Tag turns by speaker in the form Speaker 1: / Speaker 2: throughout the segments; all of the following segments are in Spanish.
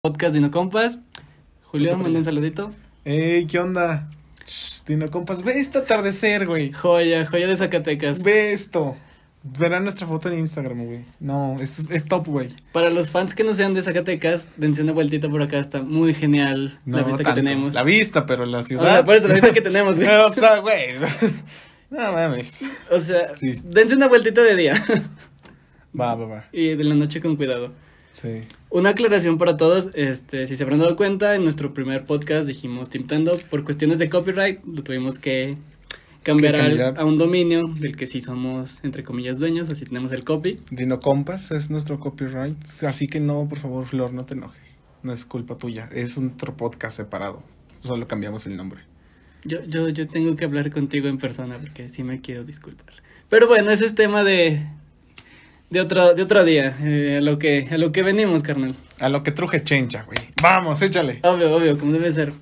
Speaker 1: podcast Dino Compas. Julián, mandé un saludito.
Speaker 2: Ey, ¿qué onda? Shh, Dino Compas, ve este atardecer, güey.
Speaker 1: Joya, joya de Zacatecas.
Speaker 2: Ve esto. Verán nuestra foto en Instagram, güey. No, es, es top, güey.
Speaker 1: Para los fans que no sean de Zacatecas, dense una vueltita por acá, está muy genial
Speaker 2: No,
Speaker 1: la vista
Speaker 2: tanto.
Speaker 1: que tenemos.
Speaker 2: La vista, pero la
Speaker 1: O sea,
Speaker 2: ciudad.
Speaker 1: por eso la vista que tenemos, güey.
Speaker 2: o sea, güey. No mames.
Speaker 1: O sea,
Speaker 2: Sí.
Speaker 1: dense una vueltita de día
Speaker 2: Va, va, va.
Speaker 1: y de la noche con cuidado.
Speaker 2: Sí.
Speaker 1: Una aclaración para todos, este, si se habrán dado cuenta, en nuestro primer podcast dijimos Team Tando, por cuestiones de copyright, lo tuvimos que cambiar
Speaker 2: Que
Speaker 1: al-
Speaker 2: cambiar.
Speaker 1: a un dominio del que sí somos, entre comillas, dueños, así tenemos el copy.
Speaker 2: Dino Compas es nuestro copyright. Así que no, por favor, Flor, no te enojes. No es culpa tuya. Es un otro podcast separado. Solo cambiamos el nombre.
Speaker 1: Yo, yo, yo tengo que hablar contigo en persona porque sí me quiero disculpar. Pero bueno, ese es tema de, de, otro, de otro día, eh, a, lo que, a lo que venimos, carnal.
Speaker 2: A lo que truje chencha, güey. Vamos, échale.
Speaker 1: Obvio, obvio, como debe ser.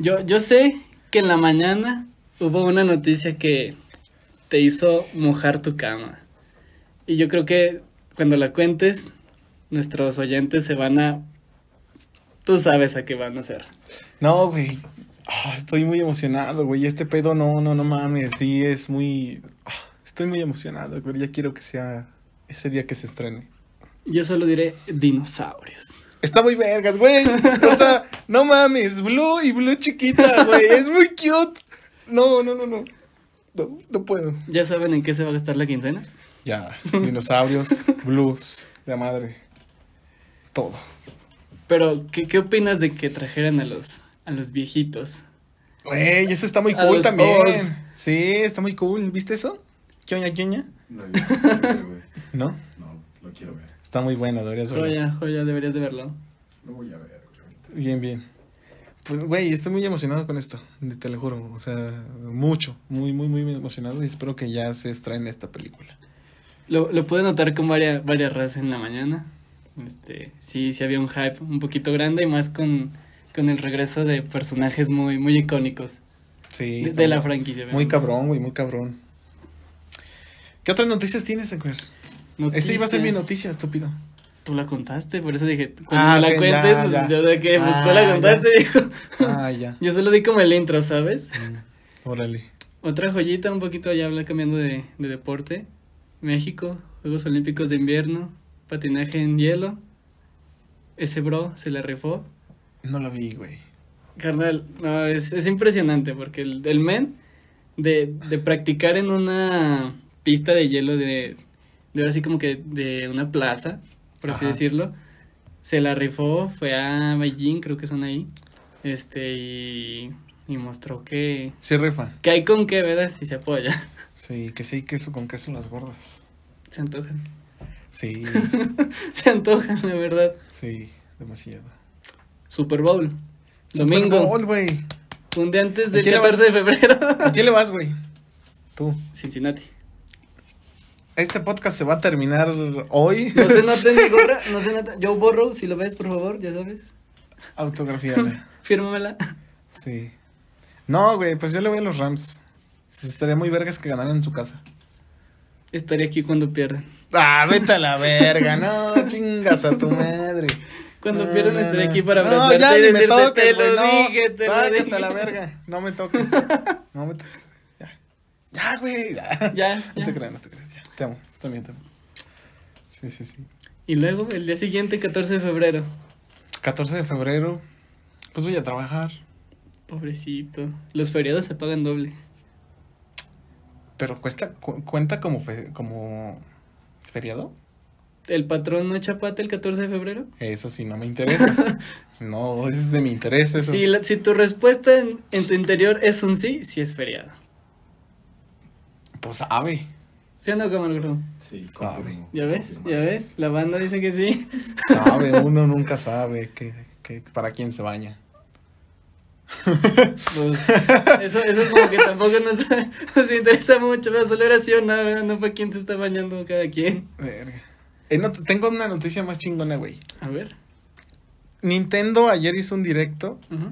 Speaker 1: Yo, yo sé que en la mañana hubo una noticia que te hizo mojar tu cama. Y yo creo que cuando la cuentes, nuestros oyentes se van a... Tú sabes a qué van a hacer.
Speaker 2: No, güey. Ah, estoy muy emocionado, güey. Este pedo no, no, no mames. Sí, es muy. ah, estoy muy emocionado, güey. Ya quiero que sea ese día que se estrene.
Speaker 1: Yo solo diré dinosaurios.
Speaker 2: Está muy vergas, güey. O sea, no mames. Blue y Blue chiquita, güey. Es muy cute. No, no, no, no. No, no puedo.
Speaker 1: ¿Ya saben en qué se va a gastar la quincena?
Speaker 2: Ya, dinosaurios, blues, la madre. Todo.
Speaker 1: Pero, ¿qué, qué opinas de que trajeran a los, a los viejitos?
Speaker 2: Güey, eso está muy
Speaker 1: A
Speaker 2: cool
Speaker 1: los
Speaker 2: también.
Speaker 1: olds.
Speaker 2: Sí, está muy cool. ¿Viste eso? ¿Qué oña, qué oña?
Speaker 3: No, yo no lo quiero ver.
Speaker 2: No,
Speaker 3: No, lo quiero ver.
Speaker 2: está muy buena, deberías verla.
Speaker 1: Joya, joya, deberías de verlo.
Speaker 3: Lo voy a ver. güey.
Speaker 2: Bien, bien. Pues, güey, estoy muy emocionado con esto, de- te lo juro. O sea, mucho, muy, muy, muy emocionado y espero que ya se estrene esta película.
Speaker 1: Lo, lo pude notar con varias, varias razas en la mañana. Este, sí, sí había un hype un poquito grande y más con, con el regreso de personajes muy, muy icónicos
Speaker 2: Sí.
Speaker 1: de,
Speaker 2: está
Speaker 1: de la
Speaker 2: muy-
Speaker 1: franquicia.
Speaker 2: Muy
Speaker 1: obviamente.
Speaker 2: cabrón, güey, muy cabrón. ¿Qué otras noticias tienes, Encuer? Esa iba a ser mi
Speaker 1: Noticias.
Speaker 2: noticia, estúpido.
Speaker 1: Tú la contaste, por eso dije, cuando
Speaker 2: Ah,
Speaker 1: me la
Speaker 2: ok, ya,
Speaker 1: cuentes, pues
Speaker 2: ya.
Speaker 1: yo de que, pues tú
Speaker 2: Ah,
Speaker 1: la
Speaker 2: ya.
Speaker 1: contaste, dijo.
Speaker 2: Ah, ya.
Speaker 1: Yo solo di como el intro, ¿sabes?
Speaker 2: Órale.
Speaker 1: Otra joyita, un poquito ya habla cambiando de, de deporte. México, Juegos Olímpicos de Invierno, patinaje en hielo. Ese bro se la rifó.
Speaker 2: No lo vi, güey.
Speaker 1: Carnal, no, es, es impresionante porque el, el men de, de practicar en una pista de hielo de, de ahora sí como que de una plaza, por así
Speaker 2: Ajá.
Speaker 1: decirlo, se la rifó, fue a Beijing, creo que son ahí, este, y, y mostró que,
Speaker 2: Sí, rifa.
Speaker 1: que hay con qué, ¿verdad? Si se apoya.
Speaker 2: Sí, que sí, queso con queso las gordas.
Speaker 1: Se antojan.
Speaker 2: Sí,
Speaker 1: Se antojan, la verdad.
Speaker 2: sí, demasiado.
Speaker 1: Super Bowl.
Speaker 2: Super
Speaker 1: Domingo.
Speaker 2: Bowl, güey.
Speaker 1: Un día antes del
Speaker 2: ¿A quién le vas?
Speaker 1: 14 de febrero.
Speaker 2: ¿A quién le vas, güey? Tú.
Speaker 1: Cincinnati.
Speaker 2: Este podcast se va a terminar hoy.
Speaker 1: No se nota en mi gorra. No se nota. Joe Burrow, si lo ves, por favor, ya sabes.
Speaker 2: Autografía.
Speaker 1: Fírmamela.
Speaker 2: Sí. No, güey, pues yo le voy a los Rams. Sí, Estaría muy vergas que ganaran en su casa.
Speaker 1: Estaré aquí cuando pierdan.
Speaker 2: Ah, vete a la verga, no, chingas a tu madre.
Speaker 1: Cuando
Speaker 2: No,
Speaker 1: pierdan,
Speaker 2: no,
Speaker 1: estaré
Speaker 2: no.
Speaker 1: aquí para
Speaker 2: No,
Speaker 1: abrazarte
Speaker 2: ya
Speaker 1: y
Speaker 2: ni me
Speaker 1: decirte, te
Speaker 2: toques,
Speaker 1: lo
Speaker 2: güey, no.
Speaker 1: dije, te lo
Speaker 2: Sácate
Speaker 1: dije.
Speaker 2: a la verga, no me toques. No me toques. Ya. Ya, güey. Ya.
Speaker 1: Ya,
Speaker 2: No
Speaker 1: ya.
Speaker 2: te creas, no te creas. Ya. Te amo, también te amo. Sí, sí, sí.
Speaker 1: Y luego, el día siguiente, 14 de febrero.
Speaker 2: 14 de febrero. Pues voy a trabajar.
Speaker 1: Pobrecito. Los feriados se pagan doble.
Speaker 2: Pero cuesta, cu- cuenta como, fe- como feriado.
Speaker 1: ¿El patrón no echa pata el 14 de febrero?
Speaker 2: Eso sí, no me interesa. No, es de mi interés eso.
Speaker 1: Si, la- si tu respuesta en, en tu interior es un sí, sí es feriado.
Speaker 2: Pues sabe.
Speaker 1: ¿Sí o no, Camargo?
Speaker 3: Sí,
Speaker 2: Sabe.
Speaker 3: confirmo,
Speaker 1: ¿Ya ves?
Speaker 3: confirmo.
Speaker 1: ¿Ya ves? La banda dice que sí.
Speaker 2: Sabe, uno nunca sabe que, que para quién se baña.
Speaker 1: Pues eso, eso es como que tampoco nos, nos interesa mucho, pero solo era sí o no, ¿verdad? no fue quién se está bañando cada quien.
Speaker 2: Verga. Eh, no, tengo una noticia más chingona, güey.
Speaker 1: A ver.
Speaker 2: Nintendo ayer hizo un directo
Speaker 1: ujú.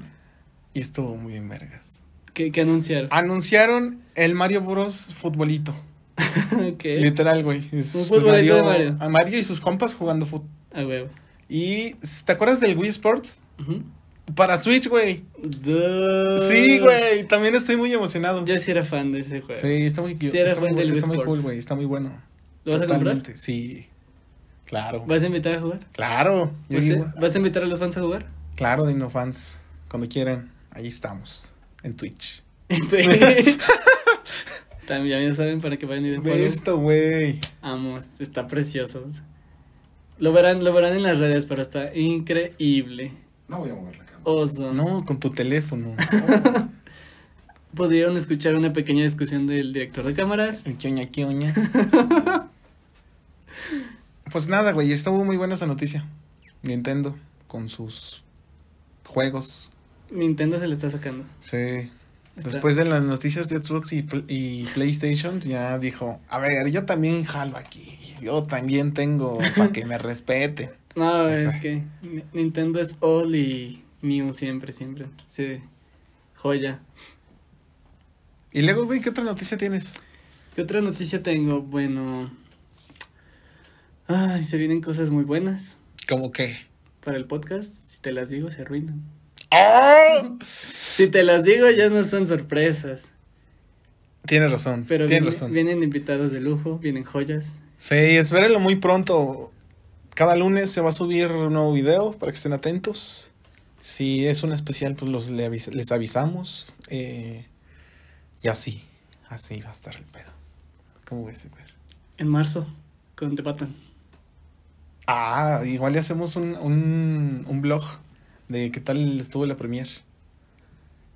Speaker 2: y estuvo muy bien vergas.
Speaker 1: ¿Qué, qué anunciaron?
Speaker 2: ah, Anunciaron el Mario Bros. futbolito.
Speaker 1: Ok.
Speaker 2: Literal, güey. Un
Speaker 1: futbolito de Mario.
Speaker 2: A Mario y sus compas jugando fut
Speaker 1: A huevo.
Speaker 2: Y, ¿te acuerdas del Wii Sports?
Speaker 1: Ujú.
Speaker 2: Para Switch, güey.
Speaker 1: Dude.
Speaker 2: Sí, güey. También estoy muy emocionado.
Speaker 1: Yo sí era fan de ese juego.
Speaker 2: Sí, está muy,
Speaker 1: Sí,
Speaker 2: está
Speaker 1: era
Speaker 2: muy
Speaker 1: fan
Speaker 2: bu-
Speaker 1: del Wii
Speaker 2: está muy cool,
Speaker 1: Sports.
Speaker 2: güey. Está muy bueno.
Speaker 1: ¿Lo vas a comprar?
Speaker 2: Totalmente, Sí. Claro.
Speaker 1: ¿Vas a invitar a jugar?
Speaker 2: Claro. Yo
Speaker 1: ¿Vas
Speaker 2: digo-
Speaker 1: a, vas a invitar a los fans a jugar?
Speaker 2: Claro, Dinofans. Cuando quieran, ahí estamos. En Twitch.
Speaker 1: Entonces- También ya saben para que vayan y den
Speaker 2: Ve
Speaker 1: follow.
Speaker 2: esto, güey.
Speaker 1: Amo, está precioso. Lo verán, lo verán en las redes, pero está increíble.
Speaker 3: No voy a mover la cámara.
Speaker 1: Oso.
Speaker 2: No, con tu teléfono.
Speaker 1: Pudieron escuchar una pequeña discusión del director de cámaras.
Speaker 2: El que oña, que oña. Pues nada, güey, estuvo muy buena esa noticia. Nintendo con sus juegos.
Speaker 1: Nintendo se le está sacando.
Speaker 2: Sí.
Speaker 1: Está-
Speaker 2: Después de las noticias de Xbox y, Pl- y PlayStation, ya dijo, a ver, yo también jalo aquí. Yo también tengo para que me respeten.
Speaker 1: No,
Speaker 2: o sea.
Speaker 1: es que Ni- Nintendo es all y Mew siempre, siempre. Sí, joya.
Speaker 2: Y luego, güey, ¿qué otra noticia tienes?
Speaker 1: ¿Qué otra noticia tengo? Bueno. Ay, se vienen cosas muy buenas
Speaker 2: ¿Cómo qué?
Speaker 1: para el podcast. Si te las digo, se arruinan.
Speaker 2: ¡Oh!
Speaker 1: Si te las digo, ya no son sorpresas.
Speaker 2: Tienes razón,
Speaker 1: Pero
Speaker 2: tienes
Speaker 1: viene-
Speaker 2: razón.
Speaker 1: vienen invitados de lujo, vienen joyas.
Speaker 2: Sí, espérenlo muy pronto. Cada lunes se va a subir un nuevo video para que estén atentos. Si es un especial, pues los le avis- les avisamos. eh, y así, así va a estar el pedo. ¿Cómo ves, Iber?
Speaker 1: En marzo, con Tepatan.
Speaker 2: Ah, igual le hacemos un, un, un blog de qué tal estuvo la premier.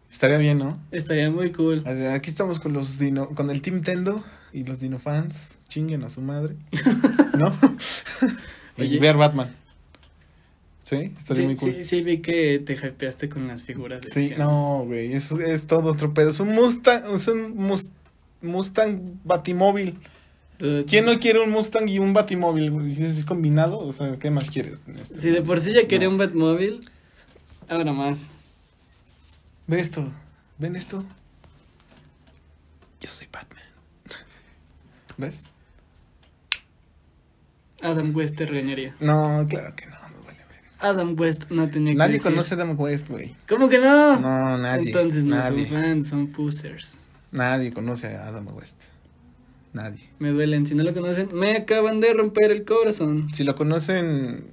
Speaker 2: Estaría bien, ¿no?
Speaker 1: Estaría muy cool.
Speaker 2: Aquí estamos con los dino, con el Team Tendo y los Dino fans, chinguen a su madre, ¿no? y
Speaker 1: Oye.
Speaker 2: ver Batman. Sí, estaría
Speaker 1: Sí,
Speaker 2: muy
Speaker 1: sí,
Speaker 2: cool.
Speaker 1: sí, vi que te hypeaste con las figuras. de
Speaker 2: Sí,
Speaker 1: acción.
Speaker 2: no, güey, es, es todo otro pedo. Es un Mustang, es un Mus- Mustang Batimóvil.
Speaker 1: Dude,
Speaker 2: ¿Quién no quiere un Mustang y un Batimóvil? güey? Si es combinado, o sea, ¿qué más quieres? en este
Speaker 1: Si de
Speaker 2: mundo?
Speaker 1: por sí ya quería
Speaker 2: No.
Speaker 1: un Batmóvil, ahora más.
Speaker 2: Ve esto, ven esto. Yo soy Batman. ¿Ves?
Speaker 1: Adam West te regañaría.
Speaker 2: No, claro que no, me vale verga.
Speaker 1: Adam West no tenía que
Speaker 2: Nadie
Speaker 1: decir.
Speaker 2: conoce a Adam West, güey.
Speaker 1: ¿Cómo que no?
Speaker 2: No, nadie.
Speaker 1: Entonces no
Speaker 2: nadie,
Speaker 1: son fans, son pusers.
Speaker 2: nadie conoce a Adam West. Nadie.
Speaker 1: Me duelen, si no lo conocen, me acaban de romper el corazón.
Speaker 2: Si lo conocen,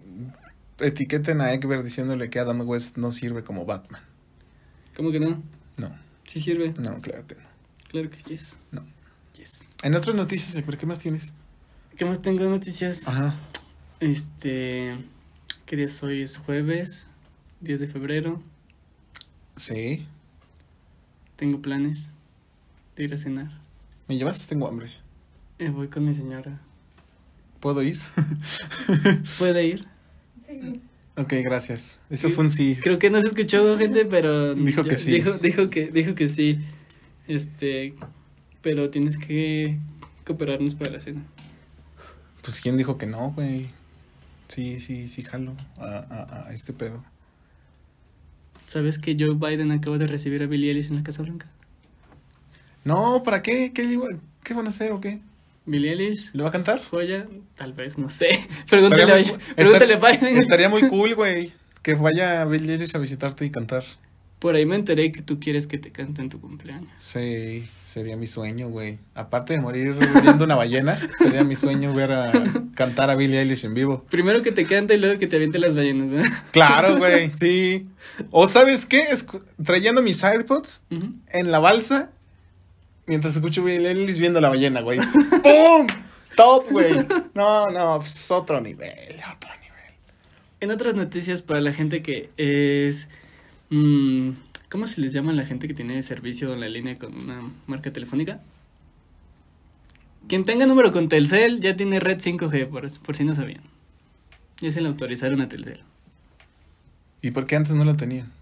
Speaker 2: etiqueten a Egbert diciéndole que Adam West no sirve como Batman.
Speaker 1: ¿Cómo que no?
Speaker 2: No,
Speaker 1: Sí sirve.
Speaker 2: no, claro que no.
Speaker 1: Claro que yes.
Speaker 2: No.
Speaker 1: Yes.
Speaker 2: En otras noticias, Egbert, ¿qué más tienes?
Speaker 1: ¿Qué más tengo de noticias?
Speaker 2: Ajá.
Speaker 1: Este. ¿Qué día es hoy? Es jueves, 10 de febrero.
Speaker 2: Sí.
Speaker 1: Tengo planes de ir a cenar.
Speaker 2: ¿Me llevas? Tengo hambre.
Speaker 1: Eh, voy con mi señora.
Speaker 2: ¿Puedo ir?
Speaker 1: ¿Puede ir?
Speaker 2: ok, gracias. Eso
Speaker 1: Sí.
Speaker 2: fue un sí.
Speaker 1: Creo que no se escuchó gente, pero.
Speaker 2: Dijo que sí.
Speaker 1: Dijo, dijo que, dijo que sí. Este. Pero tienes que cooperarnos para la cena.
Speaker 2: Pues quién dijo que no, güey. Sí, sí, sí, jalo a, a- a este pedo.
Speaker 1: ¿Sabes que Joe Biden acaba de recibir a Billie Eilish en la Casa Blanca?
Speaker 2: No, ¿para qué? ¿Qué, qué van a hacer o qué?
Speaker 1: Billie Eilish,
Speaker 2: ¿Le va a cantar?
Speaker 1: joya, tal vez, no sé. Pregúntale, a,
Speaker 2: Estaría muy-
Speaker 1: ella- pregúntale a
Speaker 2: estar-
Speaker 1: Biden.
Speaker 2: Estaría muy cool, güey. Que vaya Bill Eilish a visitarte y cantar.
Speaker 1: Por ahí me enteré que tú quieres que te canten tu cumpleaños.
Speaker 2: Sí, sería mi sueño, güey. Aparte de morir viendo una ballena, sería mi sueño ver a cantar a Billie Eilish en vivo.
Speaker 1: Primero que te cante y luego que te aviente las ballenas, ¿verdad?
Speaker 2: Claro, güey, sí. O sabes qué, Escu- trayendo mis AirPods
Speaker 1: Ujú.
Speaker 2: en la balsa, mientras escucho Billie Eilish viendo la ballena, güey. ¡Pum! Top, güey. No, no, es otro nivel, otro nivel.
Speaker 1: En otras noticias para la gente que es... mm, ¿Cómo se les llama a la gente que tiene servicio en la línea con una marca telefónica? Quien tenga número con Telcel ya tiene red 5G, por, por si no sabían. Ya se la autorizaron a Telcel.
Speaker 2: ¿Y por qué antes no lo tenían?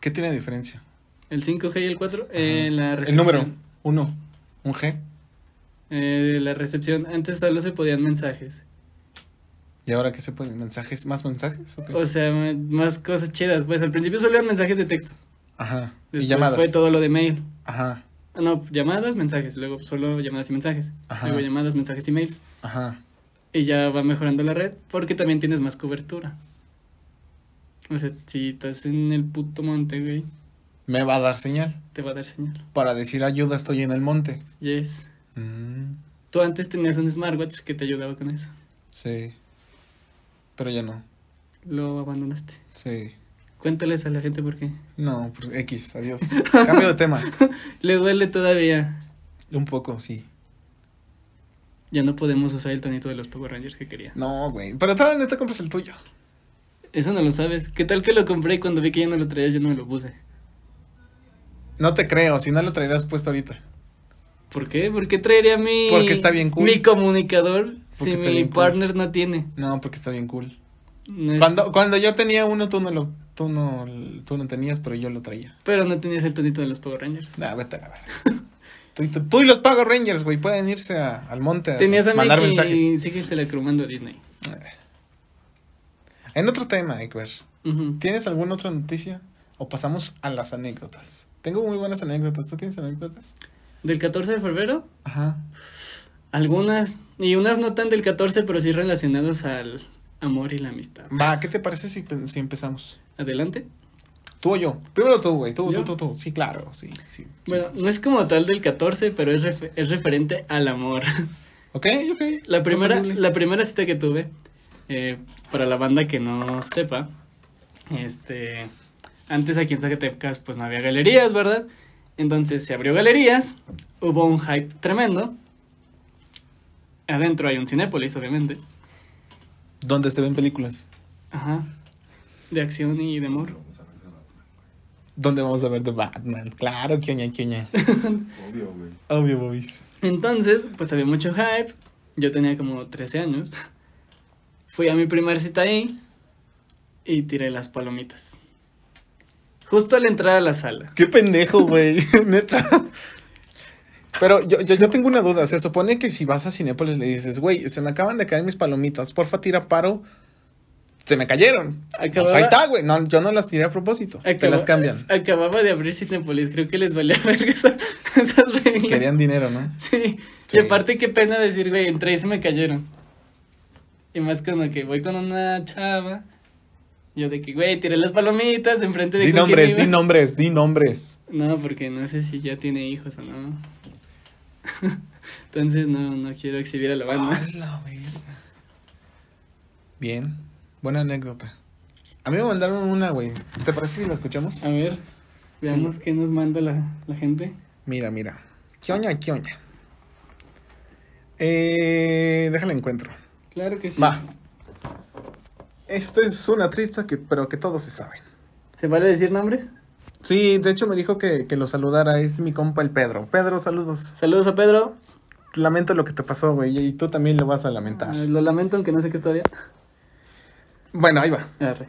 Speaker 2: ¿Qué tiene de diferencia?
Speaker 1: El 5G y el 4, eh,
Speaker 2: Ajá.
Speaker 1: la
Speaker 2: El
Speaker 1: recepción.
Speaker 2: número, uno, un G.
Speaker 1: Eh, la recepción. Antes solo se podían mensajes.
Speaker 2: ¿Y ahora qué se pueden? ¿Mensajes? ¿Más mensajes? ¿O qué?
Speaker 1: O sea, ma- más cosas chidas. Pues al principio solo eran mensajes de texto.
Speaker 2: Ajá.
Speaker 1: Después
Speaker 2: y llamadas.
Speaker 1: fue todo lo de mail.
Speaker 2: Ajá,
Speaker 1: Ah, No, llamadas, mensajes. Luego solo llamadas y mensajes.
Speaker 2: Ajá.
Speaker 1: Luego llamadas, mensajes y mails.
Speaker 2: ajá.
Speaker 1: Y ya va mejorando la red porque también tienes más cobertura. O sea, si estás en el puto monte, güey,
Speaker 2: Me va a dar señal
Speaker 1: te va a dar señal.
Speaker 2: para decir ayuda, estoy en el monte.
Speaker 1: Yes.
Speaker 2: Mm,
Speaker 1: Tú antes tenías un smartwatch que te ayudaba con eso.
Speaker 2: sí. Pero ya no.
Speaker 1: Lo abandonaste.
Speaker 2: Sí.
Speaker 1: Cuéntales a la gente por qué.
Speaker 2: No, pues, X, adiós. Cambio de tema.
Speaker 1: Le duele todavía.
Speaker 2: Un poco, sí.
Speaker 1: Ya no podemos usar el tonito de los Power Rangers que quería.
Speaker 2: No, güey. Pero tal, neta compras el tuyo.
Speaker 1: Eso no lo sabes. ¿Qué tal que lo compré y cuando vi que ya no lo traías, ya no me lo puse?
Speaker 2: No te creo, si no lo traerás puesto ahorita.
Speaker 1: ¿Por qué? ¿Por qué traería mi,
Speaker 2: Porque está bien cool.
Speaker 1: mi comunicador si
Speaker 2: está
Speaker 1: mi
Speaker 2: bien cool.
Speaker 1: partner no tiene?
Speaker 2: No, porque está bien cool.
Speaker 1: No es-
Speaker 2: Cuando, cuando yo tenía uno, tú no lo, tú no, tú no tenías, pero yo lo traía.
Speaker 1: Pero no tenías el tonito de los Power Rangers.
Speaker 2: Nah, vete a la verga. Tú, y tu- tú y los Power Rangers, güey, pueden irse a- al monte a
Speaker 1: tenías a
Speaker 2: mandar
Speaker 1: Mickey
Speaker 2: mensajes. Eh.
Speaker 1: y síguese la cromando a Disney.
Speaker 2: En otro tema, Ekber,
Speaker 1: Ujú.
Speaker 2: ¿tienes alguna otra noticia? O pasamos a las anécdotas. Tengo muy buenas anécdotas. ¿Tú tienes anécdotas?
Speaker 1: Del 14 de febrero,
Speaker 2: Ajá.
Speaker 1: algunas. Y unas no tan del 14, pero sí relacionadas al amor y la amistad.
Speaker 2: Va, ¿qué te parece si, pe- si empezamos?
Speaker 1: Adelante.
Speaker 2: Tú o yo. Primero tú, güey. Tú,
Speaker 1: ¿Yo?
Speaker 2: tú, tú, tú. Sí, claro. Sí, sí. sí.
Speaker 1: Bueno, no es como tal del 14, pero es, refe- es referente al amor.
Speaker 2: Ok, ok.
Speaker 1: La primera,
Speaker 2: Comprendible.
Speaker 1: la primera cita que tuve, eh, para la banda que no sepa, este, antes aquí en Zacatecas pues no había galerías, ¿verdad? Entonces se abrió galerías, hubo un hype tremendo. Adentro hay un Cinépolis, obviamente.
Speaker 2: ¿Dónde se ven películas?
Speaker 1: Ajá. De acción y de amor.
Speaker 3: Vamos a ver de Batman.
Speaker 2: ¿Dónde vamos a ver The Batman? Claro, quioña, quioña.
Speaker 3: Obvio, güey.
Speaker 2: Obvio, Oh, Bobis.
Speaker 1: Entonces, pues había mucho hype. Yo tenía como 13 años. Fui a mi primer cita ahí y tiré las palomitas. Justo al entrar a la sala.
Speaker 2: Qué pendejo, güey. Neta. Pero yo, yo, yo tengo una duda. Se supone que si vas a Cinépolis le dices, güey, se me acaban de caer mis palomitas, porfa, tira paro. Se me cayeron.
Speaker 1: Acababa-
Speaker 2: Pues ahí está, güey. No, yo no las tiré a propósito. Te
Speaker 1: acaba-
Speaker 2: las cambian.
Speaker 1: Acababa de abrir Cinepolis, creo que les valía verga esa- esas reglas.
Speaker 2: Querían dinero, ¿no?
Speaker 1: Sí.
Speaker 2: Sí.
Speaker 1: Y aparte, qué pena decir, güey, entré y se me cayeron. Y más cuando que voy con una chava. Yo de que, güey, tiré las palomitas enfrente de
Speaker 2: Di
Speaker 1: con quién
Speaker 2: nombres,
Speaker 1: iba.
Speaker 2: di nombres, di nombres.
Speaker 1: No, porque no sé si ya tiene hijos o no. Entonces no, no quiero exhibir a la banda.
Speaker 2: A la verga. Bien. Buena anécdota. A mí me mandaron una, güey. ¿Te parece si la escuchamos?
Speaker 1: A ver, veamos qué nos manda la, la gente.
Speaker 2: Mira, mira. Kioña, Kioña. Eh, déjala encuentro.
Speaker 1: Claro que sí.
Speaker 2: Va. Esta es una triste, que, pero que todos se saben.
Speaker 1: ¿Se vale decir nombres?
Speaker 2: Sí, de hecho me dijo que, que lo saludara. Es mi compa el Pedro. Pedro, saludos.
Speaker 1: Saludos a Pedro.
Speaker 2: Lamento lo que te pasó, güey. Y tú también lo vas a lamentar.
Speaker 1: Ah, Lo lamento, aunque no sé qué es todavía.
Speaker 2: Bueno, ahí va.
Speaker 1: Arre.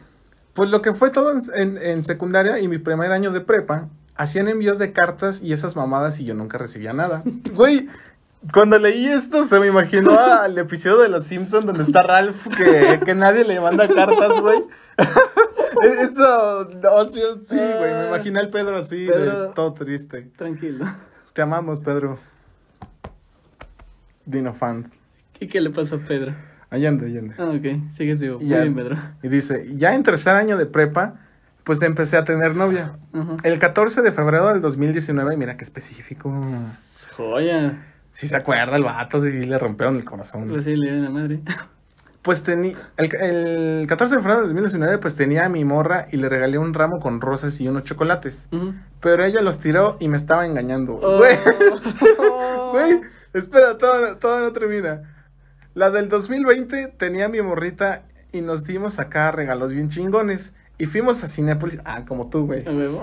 Speaker 2: Pues lo que fue todo en, en- en secundaria y mi primer año de prepa, hacían envíos de cartas y esas mamadas y yo nunca recibía nada. Güey, cuando leí esto se me imaginó al episodio de Los Simpsons donde está Ralph que, que nadie le manda cartas, güey. E-, Eso, no, sí, sí, güey, me imaginé al Pedro así,
Speaker 1: Ah. Pedro.
Speaker 2: de todo triste.
Speaker 1: Tranquilo.
Speaker 2: Te amamos, Pedro. Dino fans.
Speaker 1: ¿Qué, qué le pasó a Pedro?
Speaker 2: Allá anda, allá anda.
Speaker 1: Ah, ok. Sigues vivo. Muy
Speaker 2: Ya.
Speaker 1: bien, Pedro.
Speaker 2: Y dice, ya en tercer año de prepa, pues empecé a tener novia.
Speaker 1: Ajá.
Speaker 2: El 14 de febrero del 2019, mira qué específico.
Speaker 1: Joya.
Speaker 2: Si se acuerda el vato, si le rompieron el
Speaker 1: Pues
Speaker 2: corazón.
Speaker 1: sí, le dieron la madre.
Speaker 2: Pues tenía, el, el 14 de febrero del 2019, pues tenía a mi morra y le regalé un ramo con rosas y unos chocolates.
Speaker 1: Ujú.
Speaker 2: Pero ella los tiró y me estaba engañando.
Speaker 1: Oh.
Speaker 2: Güey, güey, espera, todo, todo no termina. La del 2020 tenía a mi morrita y nos dimos acá regalos bien chingones. Y fuimos a Cinépolis, ah, como tú, güey.
Speaker 1: A huevo.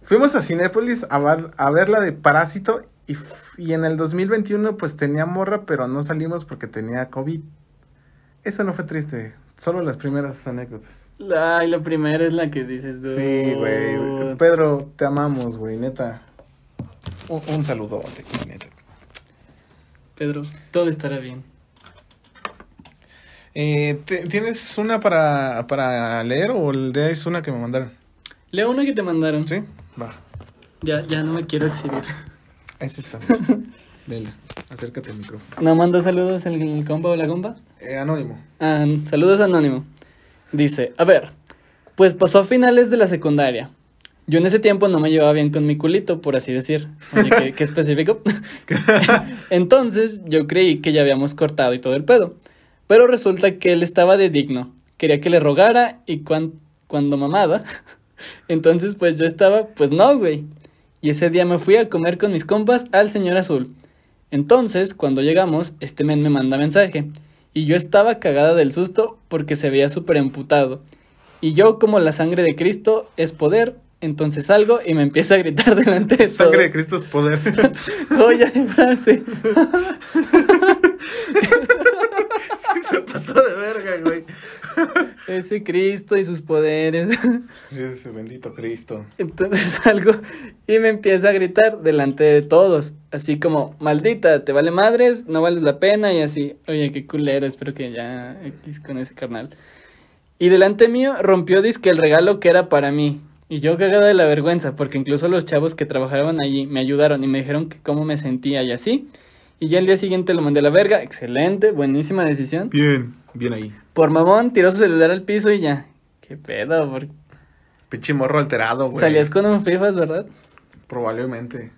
Speaker 2: Fuimos a Cinépolis a, var- a ver la de Parásito y, f- y en el 2021 pues tenía morra, pero no salimos porque tenía COVID. Eso no fue triste, solo las primeras anécdotas.
Speaker 1: La, y la primera es la que dices tú.
Speaker 2: Sí, güey. güey. Pedro, te amamos, güey, neta. Un, un saludo, neta.
Speaker 1: Pedro, todo estará bien.
Speaker 2: Eh, ¿te- ¿Tienes una para, para leer o lees una que me mandaron?
Speaker 1: Leo una que te mandaron.
Speaker 2: Sí, va.
Speaker 1: Ya, ya no me quiero exhibir.
Speaker 2: Esa está. Vela, acércate al micrófono.
Speaker 1: ¿No manda saludos el, el compa o la compa?
Speaker 2: Eh, anónimo.
Speaker 1: Ah, saludos anónimo. Dice, a ver, Pues pasó a finales de la secundaria. Yo en ese tiempo no me llevaba bien con mi culito, por así decir. Oye, qué, qué específico. Entonces yo creí que ya habíamos cortado y todo el pedo. Pero resulta que él estaba de digno. Quería que le rogara y cuan- cuando mamaba. Entonces pues yo estaba, pues no, güey. Y ese día me fui a comer con mis compas al señor azul. Entonces, cuando llegamos, este men me manda mensaje. Y yo estaba cagada del susto porque se veía súper emputado. Y yo, como la sangre de Cristo es poder, entonces salgo y me empieza a gritar delante de
Speaker 2: Sangre de
Speaker 1: todos.
Speaker 2: Cristo es poder.
Speaker 1: Joya de frase.
Speaker 2: Se pasó de verga, güey.
Speaker 1: Ese Cristo y sus poderes.
Speaker 2: Es bendito Cristo.
Speaker 1: Entonces salgo y me empieza a gritar delante de todos, así como, maldita, te vale madres, no vales la pena y así, oye, qué culero, espero que ya X con ese carnal. Y delante mío rompió disque el regalo que era para mí. Y yo cagada de la vergüenza, porque incluso los chavos que trabajaban allí me ayudaron y me dijeron que cómo me sentía y así. Y ya el día siguiente lo mandé a la verga, excelente, buenísima decisión.
Speaker 2: Bien, bien ahí.
Speaker 1: Por mamón, tiró su celular al piso y ya. Qué pedo, porque
Speaker 2: Pinche morro alterado, güey.
Speaker 1: salías con un FIFAs, ¿verdad?
Speaker 2: Probablemente.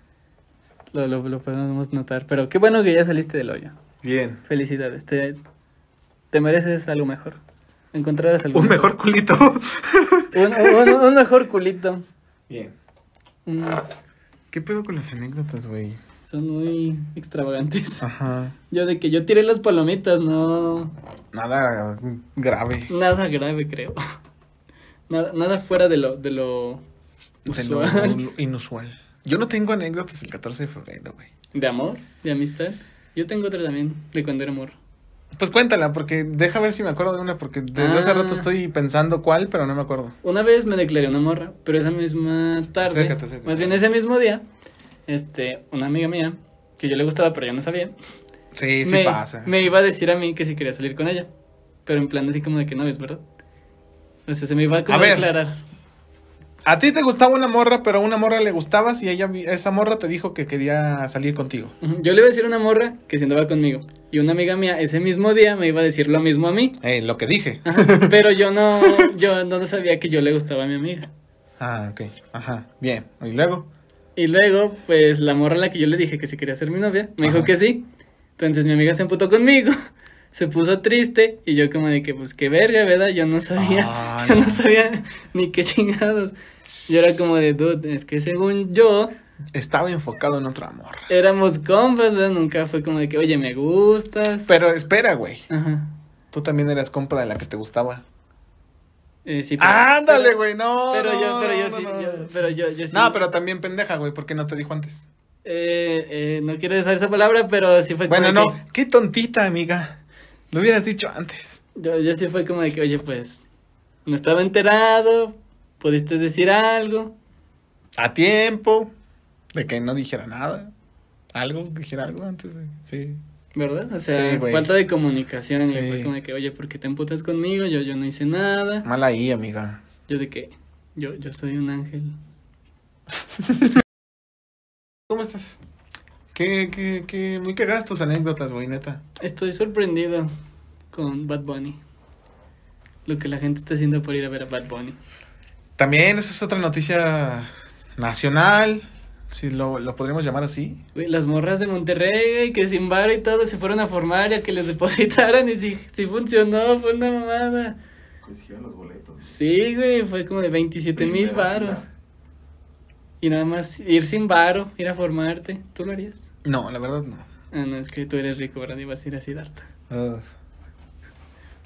Speaker 1: Lo, lo, lo podemos notar. Pero qué bueno que ya saliste del hoyo.
Speaker 2: Bien.
Speaker 1: Felicidades. Te, te mereces algo mejor. Encontrarás algo
Speaker 2: Un mejor culito.
Speaker 1: Un, un- un mejor culito.
Speaker 2: Bien.
Speaker 1: Mm,
Speaker 2: ¿Qué pedo con las anécdotas, güey?
Speaker 1: son muy extravagantes.
Speaker 2: Ajá.
Speaker 1: Yo de que yo tiré las palomitas, no.
Speaker 2: Nada grave.
Speaker 1: Nada grave, creo. Nada, nada fuera de lo. De lo
Speaker 2: De lo
Speaker 1: usual.
Speaker 2: inusual. Yo no tengo anécdotas el 14 de febrero, güey.
Speaker 1: de amor, de amistad. Yo tengo otra también, de cuando era amor.
Speaker 2: Pues cuéntala, porque deja ver si me acuerdo de una, porque desde hace
Speaker 1: Ah.
Speaker 2: rato estoy pensando cuál, pero no me acuerdo.
Speaker 1: Una vez me declaré una morra, pero esa misma tarde,
Speaker 2: Acércate, acércate.
Speaker 1: más bien ese mismo día, este, una amiga mía, que yo le gustaba pero yo no sabía,
Speaker 2: Sí, sí
Speaker 1: me,
Speaker 2: pasa.
Speaker 1: me iba a decir a mí que si quería salir con ella, pero en plan así como de que no es, ¿verdad? O sea, se me iba como
Speaker 2: A
Speaker 1: a
Speaker 2: ver.
Speaker 1: declarar.
Speaker 2: A ti te gustaba una morra, pero a una morra le gustabas y ella, vi- esa morra te dijo que quería salir contigo.
Speaker 1: Ujú, Yo le iba a decir a una morra que se andaba conmigo, y una amiga mía ese mismo día me iba a decir lo mismo a mí,
Speaker 2: Eh, lo que dije.
Speaker 1: Ajá, pero yo no, yo no sabía que yo le gustaba a mi amiga.
Speaker 2: Ah, ok. Ajá. Bien. Y luego.
Speaker 1: Y luego, pues la morra a la que yo le dije que si quería ser mi novia, me dijo
Speaker 2: Ajá.
Speaker 1: que sí. Entonces mi amiga se emputó conmigo, se puso triste y yo como de que, pues qué verga, ¿verdad? Yo no sabía,
Speaker 2: Ah,
Speaker 1: yo
Speaker 2: no.
Speaker 1: no sabía ni qué chingados. Yo era como de, dude, es que según yo
Speaker 2: Estaba enfocado en otra morra.
Speaker 1: éramos compas, ¿verdad? Nunca fue como de que, oye, me gustas.
Speaker 2: Pero espera, güey.
Speaker 1: Ajá.
Speaker 2: Tú también eras compa de la que te gustaba.
Speaker 1: Eh, sí, pero-
Speaker 2: Ándale,
Speaker 1: pero-
Speaker 2: güey. No.
Speaker 1: Pero
Speaker 2: no,
Speaker 1: yo, pero
Speaker 2: no,
Speaker 1: yo
Speaker 2: no,
Speaker 1: sí,
Speaker 2: no.
Speaker 1: yo- pero yo, yo sí.
Speaker 2: No, pero también pendeja, güey, porque no te dijo antes.
Speaker 1: Eh, eh, no quiero usar esa palabra, pero sí fue como
Speaker 2: Bueno,
Speaker 1: de
Speaker 2: no,
Speaker 1: que-
Speaker 2: Pues, qué tontita, amiga. Lo hubieras dicho antes.
Speaker 1: Yo, yo sí fue como de que, oye, pues, no estaba enterado, pudiste decir algo.
Speaker 2: A tiempo. De que no dijera nada. Algo, dijera algo antes. de- Sí.
Speaker 1: ¿Verdad? O sea,
Speaker 2: Sí, güey.
Speaker 1: falta de comunicación.
Speaker 2: Sí. Ah.
Speaker 1: Y fue como de que, oye, ¿por qué te emputas conmigo? Yo, yo no hice nada.
Speaker 2: Mal ahí, amiga.
Speaker 1: Yo de que, yo, yo soy un ángel.
Speaker 2: ¿Cómo estás? Qué, qué, qué. Muy cagadas tus anécdotas, güey, neta.
Speaker 1: Estoy sorprendido con Bad Bunny. Lo que la gente está haciendo por ir a ver a Bad Bunny.
Speaker 2: También esa es otra noticia nacional. Si lo, lo podríamos llamar así.
Speaker 1: Güey, las morras de Monterrey, que sin varo y todo, se fueron a formar y a que les depositaran. Y si, si funcionó, fue una mamada.
Speaker 3: Consiguieron los boletos.
Speaker 1: Sí, güey, fue como de 27 mil
Speaker 3: Primera
Speaker 1: varos.
Speaker 3: fila.
Speaker 1: Y nada más ir sin varo, ir a formarte. ¿Tú lo harías?
Speaker 2: No, la verdad no.
Speaker 1: Ah, no, es que tú eres rico, ¿verdad? Y vas a ir a Siddhartha.
Speaker 2: Ugh. Ah.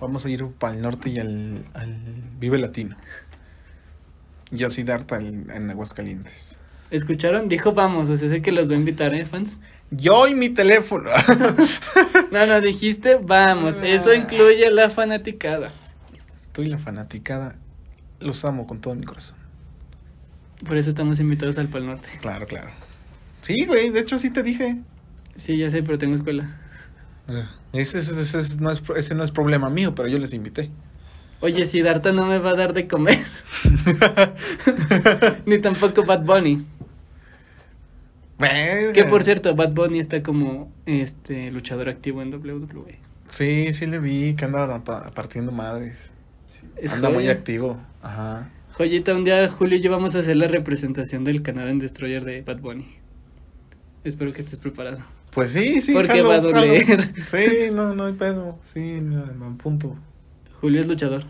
Speaker 2: Vamos a ir para el norte y al, al Vive Latino. Y así Darta en, en Aguascalientes.
Speaker 1: ¿Escucharon? Dijo vamos, o sea, sé que los voy a invitar, ¿eh, fans?
Speaker 2: Yo y mi teléfono.
Speaker 1: No, no, dijiste vamos. Eso incluye la fanaticada.
Speaker 2: Tú y la fanaticada. Los amo con todo mi corazón.
Speaker 1: Por eso estamos invitados al Pal Norte.
Speaker 2: Claro, claro. Sí, güey, de hecho sí te dije.
Speaker 1: Sí, ya sé, pero tengo escuela.
Speaker 2: Ugh. Ese, ese- ese- ese no es, pro- ese no es problema mío, pero yo les invité.
Speaker 1: Oye, Siddhartha no me va a dar de comer. Ni tampoco Bad Bunny. Que por cierto, Bad Bunny está como este luchador activo en WWE.
Speaker 2: Sí, sí le vi que andaba pa- partiendo madres.
Speaker 3: Sí.
Speaker 1: Es
Speaker 2: Anda muy
Speaker 1: joya.
Speaker 2: activo. Ajá.
Speaker 1: Joyita, un día Julio y yo vamos a hacer la representación del canal en Destroyer de Bad Bunny. Espero que estés preparado.
Speaker 2: Pues sí, sí.
Speaker 1: Porque
Speaker 2: jalo,
Speaker 1: va a
Speaker 2: jalo.
Speaker 1: doler.
Speaker 2: Sí, no, no hay pedo. Sí, no, no, punto.
Speaker 1: Julio es luchador.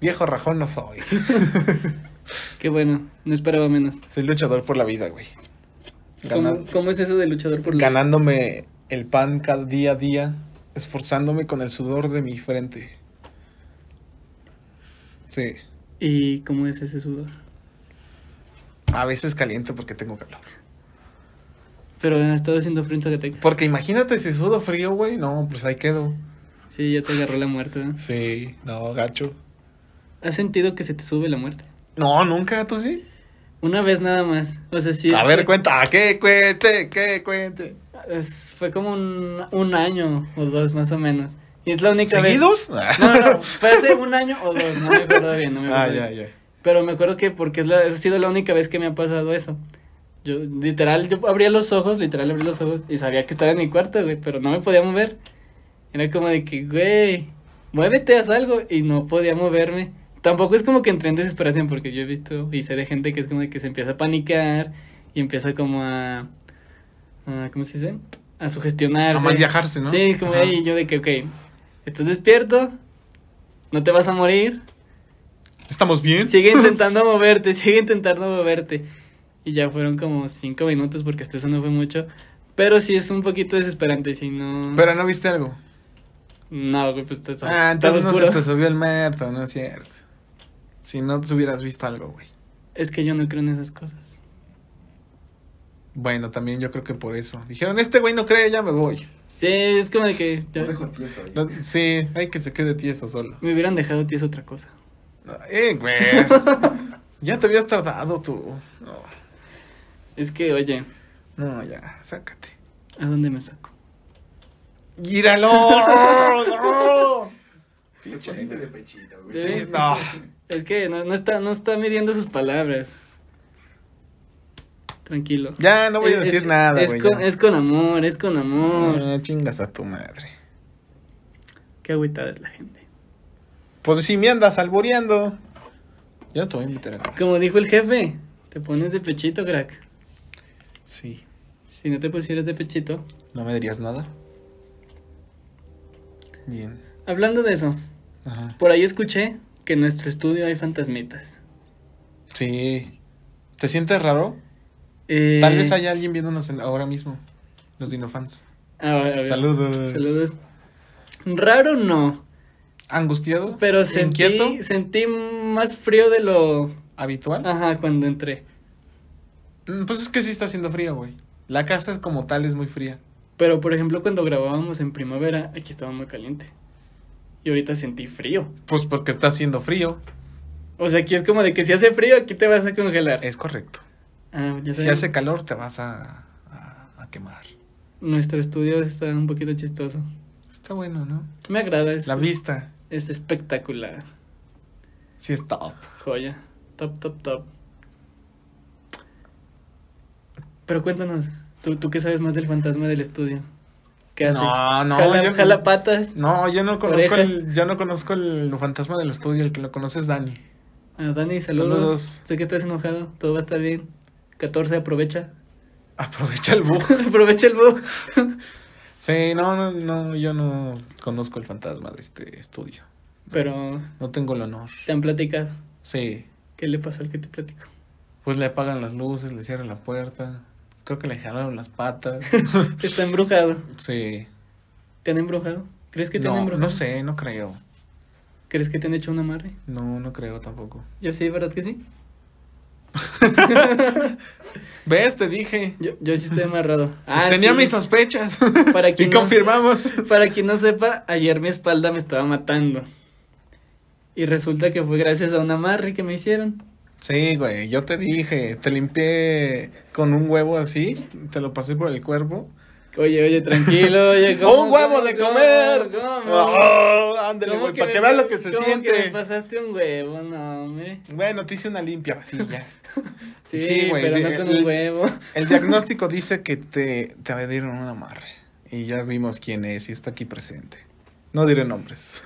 Speaker 2: Viejo rajón no soy.
Speaker 1: Qué bueno, no esperaba menos.
Speaker 2: Soy luchador por la vida, güey. Gana-
Speaker 1: ¿Cómo, cómo es eso de luchador por la
Speaker 2: ganándome el pan cada día a día, esforzándome con el sudor de mi frente. Sí.
Speaker 1: ¿Y cómo es ese sudor?
Speaker 2: A veces caliente porque tengo calor.
Speaker 1: Pero ha estado haciendo frente a Gateca.
Speaker 2: Porque imagínate si sudo frío, güey. No, pues ahí quedo.
Speaker 1: Sí, ya te agarró la muerte. ¿no?
Speaker 2: Sí, no, gacho.
Speaker 1: ¿Has sentido que se te sube la muerte?
Speaker 2: No, nunca, tú sí.
Speaker 1: Una vez nada más. O sea, sí.
Speaker 2: a ver,
Speaker 1: fue,
Speaker 2: cuenta, ah, que cuente, que cuente.
Speaker 1: es- fue como un, un año o dos más o menos. Y es la única vez.
Speaker 2: ¿Seguidos?
Speaker 1: No, no, no, fue hace un año o dos, no me acuerdo bien, no me acuerdo
Speaker 2: ah,
Speaker 1: bien.
Speaker 2: ya, ya.
Speaker 1: Pero me acuerdo que porque es la- ha sido la única vez que me ha pasado eso. Yo, literal, yo abría los ojos, literal abrí los ojos y sabía que estaba en mi cuarto, güey, pero no me podía mover. Era como de que, güey, muévete, haz algo y no podía moverme. Tampoco es como que entré en desesperación porque yo he visto y sé de gente que es como de que se empieza a panicar y empieza como a... a- ¿Cómo se dice? A sugestionarse.
Speaker 2: A mal viajarse, ¿no?
Speaker 1: Sí, como
Speaker 2: Ajá.
Speaker 1: ahí yo de que, ok, estás despierto, no te vas a morir,
Speaker 2: ¿Estamos bien?
Speaker 1: Sigue intentando moverte, sigue intentando moverte. Y ya fueron como cinco minutos porque hasta eso no fue mucho. Pero sí es un poquito desesperante, si no...
Speaker 2: Pero no viste algo.
Speaker 1: No, güey, pues está,
Speaker 2: Ah, entonces no se
Speaker 1: oscuro.
Speaker 2: te subió el merto, no es cierto. Si no te hubieras visto algo, güey.
Speaker 1: Es que yo no creo en esas cosas.
Speaker 2: Bueno, también yo creo que por eso. Dijeron, este güey no cree, ya me voy.
Speaker 1: Sí, es como de que... ya-
Speaker 3: Lo dejo tieso ahí.
Speaker 2: No, sí, hay que se quede tieso solo.
Speaker 1: me hubieran dejado tieso otra cosa.
Speaker 2: Eh, güey. ya te habías tardado tú. No,
Speaker 1: Es que, oye,
Speaker 2: no, ya, sácate.
Speaker 1: ¿a dónde me saco?
Speaker 2: ¡Gíralo! ¡No!
Speaker 3: Te pusiste de pechito, güey.
Speaker 1: Sí,
Speaker 2: Sí, no.
Speaker 1: Es que no, no está, no está midiendo sus palabras. Tranquilo.
Speaker 2: Ya, no voy a
Speaker 1: Es-
Speaker 2: decir
Speaker 1: es-
Speaker 2: nada,
Speaker 1: es
Speaker 2: güey.
Speaker 1: con-
Speaker 2: ya.
Speaker 1: es con amor, es con amor.
Speaker 2: Ah, chingas a tu madre.
Speaker 1: Qué agüitada es la gente.
Speaker 2: Pues si me andas alboreando. Yo no te voy a meter a...
Speaker 1: Como dijo el jefe, te pones de pechito, crack.
Speaker 2: Sí,
Speaker 1: Si no te pusieras de pechito.
Speaker 2: no me dirías nada. Bien.
Speaker 1: Hablando de eso,
Speaker 2: Ajá.
Speaker 1: por ahí escuché que en nuestro estudio hay fantasmitas.
Speaker 2: Sí. ¿Te sientes raro?
Speaker 1: Eh,
Speaker 2: Tal vez haya alguien viéndonos en- ahora mismo. Los dinofans.
Speaker 1: ah, a ver, a ver.
Speaker 2: Saludos.
Speaker 1: Saludos. Raro no,
Speaker 2: ¿Angustiado?
Speaker 1: pero sentí,
Speaker 2: ¿Inquieto?
Speaker 1: sentí más frío de lo...
Speaker 2: ¿Habitual?
Speaker 1: Ajá, cuando entré.
Speaker 2: Mm, Pues es que sí está haciendo frío, güey. La casa es como tal es muy fría.
Speaker 1: Pero, por ejemplo, cuando grabábamos en primavera, aquí estaba muy caliente. Y ahorita sentí frío.
Speaker 2: Pues porque está haciendo frío.
Speaker 1: O sea, aquí es como de que si hace frío, aquí te vas a congelar.
Speaker 2: Es correcto.
Speaker 1: Ah, ya
Speaker 2: Si
Speaker 1: saben,
Speaker 2: hace calor te vas a, a- a quemar.
Speaker 1: Nuestro estudio está un poquito chistoso.
Speaker 2: Está bueno, ¿no?
Speaker 1: Me agrada, es,
Speaker 2: La vista.
Speaker 1: es espectacular.
Speaker 2: Sí está up.
Speaker 1: Joya. Top, top, top. Pero cuéntanos, ¿tú, tú qué sabes más del fantasma del estudio? ¿Qué hace?
Speaker 2: No, no,
Speaker 1: ¿Jala,
Speaker 2: yo-
Speaker 1: jala patas?
Speaker 2: No, yo no conozco
Speaker 1: Orejas.
Speaker 2: el, yo no conozco el fantasma del estudio, el que lo conoces Dani.
Speaker 1: Ah, Dani, saludos.
Speaker 2: Saludos.
Speaker 1: Sé que estás enojado, todo va a estar bien. 14, aprovecha.
Speaker 2: Aprovecha el bug.
Speaker 1: aprovecha el bug.
Speaker 2: Sí, no, no, no, yo no conozco el fantasma de este estudio.
Speaker 1: Pero
Speaker 2: No tengo el honor.
Speaker 1: te han platicado.
Speaker 2: Sí.
Speaker 1: ¿Qué le pasó al que te platicó?
Speaker 2: Pues le apagan las luces, le cierran la puerta. Creo que le jalaron las patas.
Speaker 1: Está embrujado.
Speaker 2: Sí.
Speaker 1: ¿Te han embrujado? ¿Crees que te han
Speaker 2: No,
Speaker 1: embrujado?
Speaker 2: no sé, no creo.
Speaker 1: ¿Crees que te han hecho un amarre?
Speaker 2: No, no creo tampoco.
Speaker 1: Yo sí, ¿verdad que sí?
Speaker 2: ¿Ves? Te dije.
Speaker 1: Yo, yo sí estoy amarrado. Ah,
Speaker 2: Pues Tenía
Speaker 1: sí.
Speaker 2: mis sospechas.
Speaker 1: Para
Speaker 2: y
Speaker 1: quien no-
Speaker 2: confirmamos.
Speaker 1: Para quien no sepa, ayer mi espalda me estaba matando. Y resulta que fue gracias a un amarre que me hicieron.
Speaker 2: Sí, güey, yo te dije, te limpié con un huevo así, te lo pasé por el cuerpo.
Speaker 1: Oye, oye, tranquilo, oye,
Speaker 2: ¡Un huevo de comer!
Speaker 1: ¿Cómo?
Speaker 2: ¡Oh! ándale,
Speaker 1: ¿Cómo
Speaker 2: güey, para
Speaker 1: me-
Speaker 2: que veas lo que se
Speaker 1: cómo me
Speaker 2: siente.
Speaker 1: pasaste un huevo, no, hombre.
Speaker 2: Bueno, te hice una limpia, así ya.
Speaker 1: Sí,
Speaker 2: Sí, güey, eh,
Speaker 1: pero
Speaker 2: de-
Speaker 1: no con un
Speaker 2: el-
Speaker 1: huevo.
Speaker 2: El diagnóstico dice que te, te dieron un amarre. Y ya vimos quién es y está aquí presente. No diré nombres.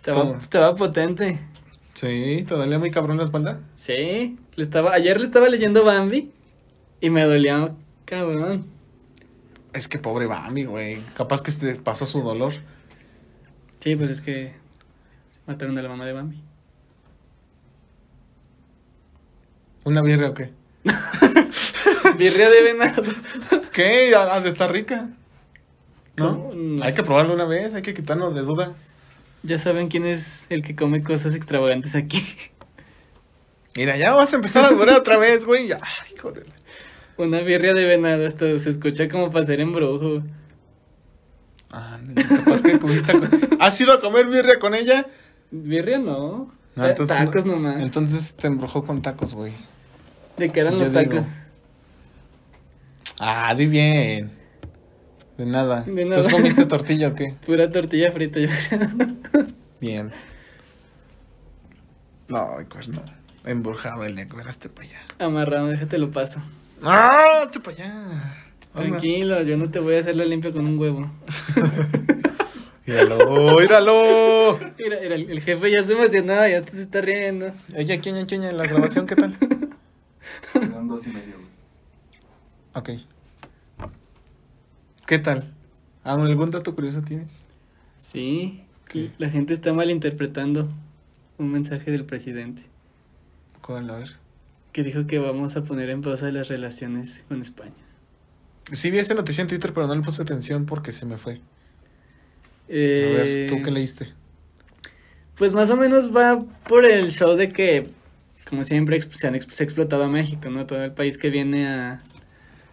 Speaker 1: Te va,
Speaker 2: ¿Cómo?
Speaker 1: te va potente.
Speaker 2: Sí, te dolía muy cabrón la espalda.
Speaker 1: Sí, le estaba, ayer le estaba leyendo Bambi y me dolía cabrón.
Speaker 2: Es que pobre Bambi, güey. Capaz que te pasó su dolor.
Speaker 1: Sí, pues es que mataron a la mamá de Bambi.
Speaker 2: ¿Una birria o qué?
Speaker 1: Birria de venado.
Speaker 2: ¿Qué? ¿Ha ha de estar rica? ¿No?
Speaker 1: ¿Cómo? No
Speaker 2: Hay que
Speaker 1: sé.
Speaker 2: probarlo una vez, hay que quitarnos de duda.
Speaker 1: Ya saben quién es el que come cosas extravagantes aquí.
Speaker 2: Mira, ya vas a empezar a volver otra vez, güey. Ya, ay, hijo de la-
Speaker 1: Una birria de venado hasta se escucha como para ser embrujo.
Speaker 2: Ándale, capaz que comiste con- ¿Has ido a comer birria con ella?
Speaker 1: Birria no.
Speaker 2: No,
Speaker 1: Ta-
Speaker 2: entonces no.
Speaker 1: Eh, tacos nomás.
Speaker 2: Entonces te embrujó con tacos, güey.
Speaker 1: ¿De qué eran
Speaker 2: yo
Speaker 1: los tacos?
Speaker 2: digo. Ah, di bien. De nada.
Speaker 1: De
Speaker 2: ¿Entonces
Speaker 1: nada.
Speaker 2: comiste tortilla o qué?
Speaker 1: Pura tortilla frita, yo creo.
Speaker 2: Bien. No, pues no. Embrujado el negro, este para allá.
Speaker 1: Amarrado, déjate lo paso.
Speaker 2: ¡Ah! Este para allá. Vamos.
Speaker 1: Tranquilo, yo no te voy a hacer la limpia con un huevo.
Speaker 2: Míralo, míralo.
Speaker 1: Mira, mira, el, el jefe ya se emocionaba, ya hasta se está riendo.
Speaker 2: Ella, ¿quién, quién, quién, en la grabación, qué tal?
Speaker 3: Me dan dos y medio, güey.
Speaker 2: Ok. ¿Qué tal? ¿Algún dato curioso tienes?
Speaker 1: Sí,
Speaker 2: ¿Qué?
Speaker 1: la gente está malinterpretando un mensaje del presidente
Speaker 2: ¿Cuál? A ver.
Speaker 1: que dijo que vamos a poner en pausa las relaciones con España.
Speaker 2: Sí vi esa noticia en Twitter, pero no le puse atención porque se me fue. A
Speaker 1: Eh,
Speaker 2: ver, ¿tú qué leíste?
Speaker 1: Pues más o menos va por el show de que, como siempre, ex- se, han ex- se ha explotado a México, ¿no? Todo el país que viene a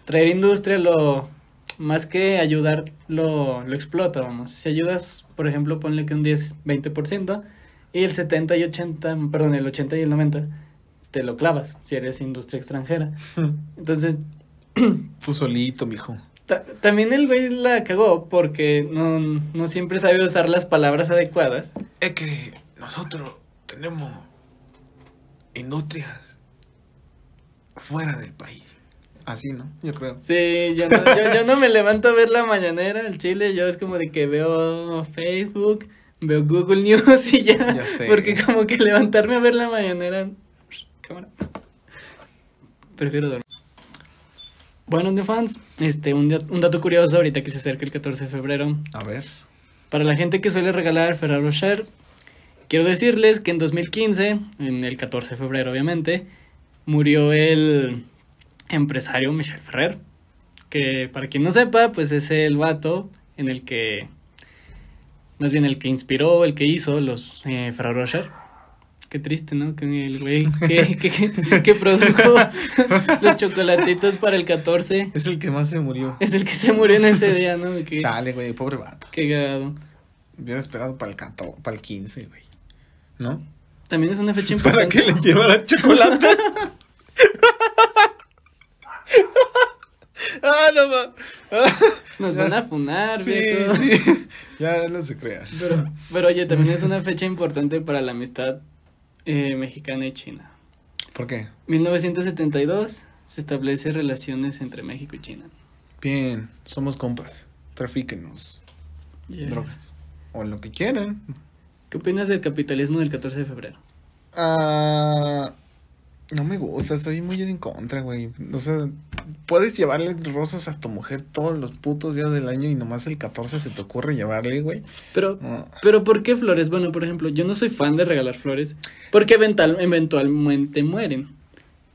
Speaker 1: traer industria, lo más que ayudar, lo, lo explota, vamos. Si ayudas, por ejemplo, ponle que un 10, 20%, y el 70 y 80, perdón, el 80 y el 90, te lo clavas, si eres industria extranjera. Entonces,
Speaker 2: Tú solito, mijo.
Speaker 1: ta- también el güey la cagó porque no, no siempre sabe usar las palabras adecuadas.
Speaker 2: Es que nosotros tenemos industrias fuera del país. Así, ¿no? Yo creo.
Speaker 1: Sí, yo no, yo, yo no me levanto a ver la mañanera, el chile, yo es como de que veo Facebook, veo Google News y ya,
Speaker 2: Ya sé.
Speaker 1: porque como que levantarme a ver la mañanera, cámara, prefiero dormir. Bueno, de fans, este, un, dat- un dato curioso ahorita que se acerca el 14 de febrero,
Speaker 2: A ver.
Speaker 1: para la gente que suele regalar Ferrero Rocher, quiero decirles que en 2015, en el 14 de febrero obviamente, murió el empresario Michel Ferrer, que para quien no sepa, pues es el vato en el que, más bien el que inspiró, el que hizo los eh, Ferrero Rocher. Qué triste, ¿no? Que el güey que, que- que- que produjo los chocolatitos para el 14
Speaker 2: Es el que más se murió.
Speaker 1: es el que se murió en ese día, ¿no? Qué,
Speaker 2: Chale, güey, pobre vato.
Speaker 1: qué cagado.
Speaker 2: Hubiera esperado para el, canto, para el 15, güey. ¿No?
Speaker 1: También es una fecha
Speaker 2: Para
Speaker 1: importante.
Speaker 2: que le llevaran chocolates. ah, no ma- Ah,
Speaker 1: Nos van a funar,
Speaker 2: sí,
Speaker 1: viejo.
Speaker 2: sí. Ya no se crean.
Speaker 1: Pero, pero oye, también es una fecha importante para la amistad eh, mexicana y China.
Speaker 2: ¿Por qué?
Speaker 1: 1972 se establece relaciones entre México y China.
Speaker 2: Bien, somos compas. Trafíquenos.
Speaker 1: Yes.
Speaker 2: Drogas. O lo que quieran.
Speaker 1: ¿Qué opinas del capitalismo del 14 de febrero?
Speaker 2: Ah, no me gusta, estoy muy en contra, güey. O sea, puedes llevarle rosas a tu mujer todos los putos días del año y nomás el 14 se te ocurre llevarle, güey.
Speaker 1: Pero,
Speaker 2: No.
Speaker 1: pero ¿por qué flores? Bueno, por ejemplo, yo no soy fan de regalar flores porque eventual, eventualmente mueren.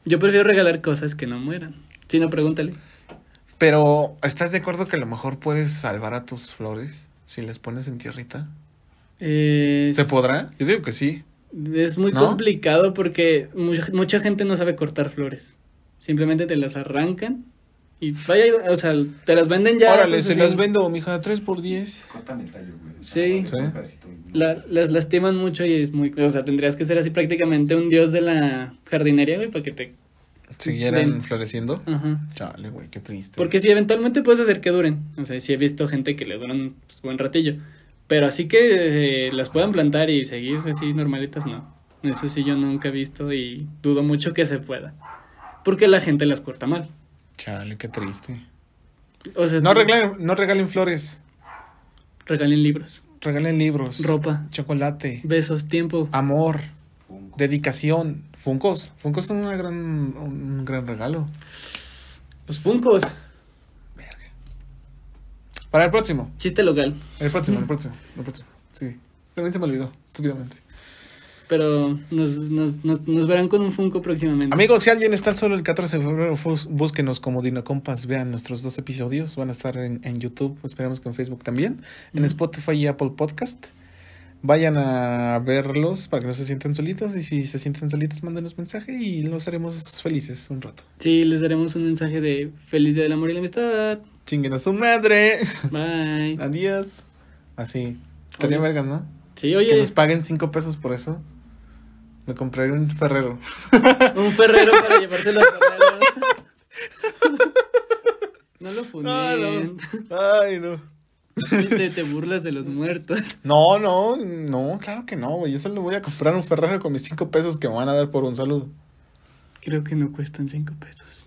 Speaker 1: Yo prefiero regalar cosas que no mueran. Si no, pregúntale.
Speaker 2: Pero, ¿estás de acuerdo que a lo mejor puedes salvar a tus flores si les pones en tierrita?
Speaker 1: Eh,
Speaker 2: ¿Se podrá? Yo digo que sí.
Speaker 1: Es muy
Speaker 2: ¿No?
Speaker 1: complicado porque mucha, mucha gente no sabe cortar flores. Simplemente te las arrancan y vaya, o sea, te las venden ya.
Speaker 2: Órale,
Speaker 1: pues,
Speaker 2: se
Speaker 1: así.
Speaker 2: las vendo, mija, 3 por 10
Speaker 3: Córtame el tallo, güey. O sea,
Speaker 1: Sí.
Speaker 3: no,
Speaker 2: Sí.
Speaker 3: un pedacito, güey.
Speaker 1: La- las lastiman mucho y es muy. O sea, tendrías que ser así prácticamente un dios de la jardinería, güey, para que te.
Speaker 2: ¿Siguieran
Speaker 1: Ven.
Speaker 2: floreciendo?
Speaker 1: Ajá.
Speaker 2: Chale, güey, qué triste.
Speaker 1: Porque si eventualmente puedes hacer que duren. O sea, sí he visto gente que le duran pues, buen ratillo. Pero así que eh, las puedan plantar y seguir así normalitas, no. Eso sí yo nunca he visto y dudo mucho que se pueda. Porque la gente las corta mal.
Speaker 2: Chale, qué triste.
Speaker 1: O sea,
Speaker 2: No
Speaker 1: tú-
Speaker 2: regalen, no regalen flores.
Speaker 1: regalen libros.
Speaker 2: Regalen libros.
Speaker 1: Ropa.
Speaker 2: Chocolate.
Speaker 1: Besos, tiempo.
Speaker 2: Amor.
Speaker 3: Funko.
Speaker 2: Dedicación. Funcos. Funcos son una gran, un gran regalo.
Speaker 1: Los funcos.
Speaker 2: Verga. Para el próximo.
Speaker 1: Chiste local.
Speaker 2: El próximo, el próximo. El próximo. Sí. También se me olvidó, estúpidamente.
Speaker 1: Pero nos, nos, nos, nos verán con un funko próximamente.
Speaker 2: Amigos, si alguien está solo el 14 de febrero, fus- búsquenos como Dinocompas, vean nuestros dos episodios, van a estar en, en YouTube, esperemos que en Facebook también, en
Speaker 1: Ujú.
Speaker 2: Spotify y Apple Podcast. Vayan a verlos para que no se sientan solitos y si se sienten solitos, mándenos mensaje y los haremos felices un rato.
Speaker 1: Sí, les daremos un mensaje de feliz día del amor y la amistad.
Speaker 2: Chinguen a su madre.
Speaker 1: Bye.
Speaker 2: Adiós. Así. Estaría
Speaker 1: Oye.
Speaker 2: verga, ¿no?
Speaker 1: Sí,
Speaker 2: Que
Speaker 1: oye,
Speaker 2: nos paguen cinco pesos por eso. Me compraré un ferrero.
Speaker 1: un ferrero para llevárselo al ferrero. No lo funen.
Speaker 2: Ay, no.
Speaker 1: Te, te burlas de los muertos.
Speaker 2: No, no, no, claro que no, güey. Yo solo voy a comprar un Ferrero con mis cinco pesos que me van a dar por un saludo.
Speaker 1: Creo que no cuestan cinco pesos.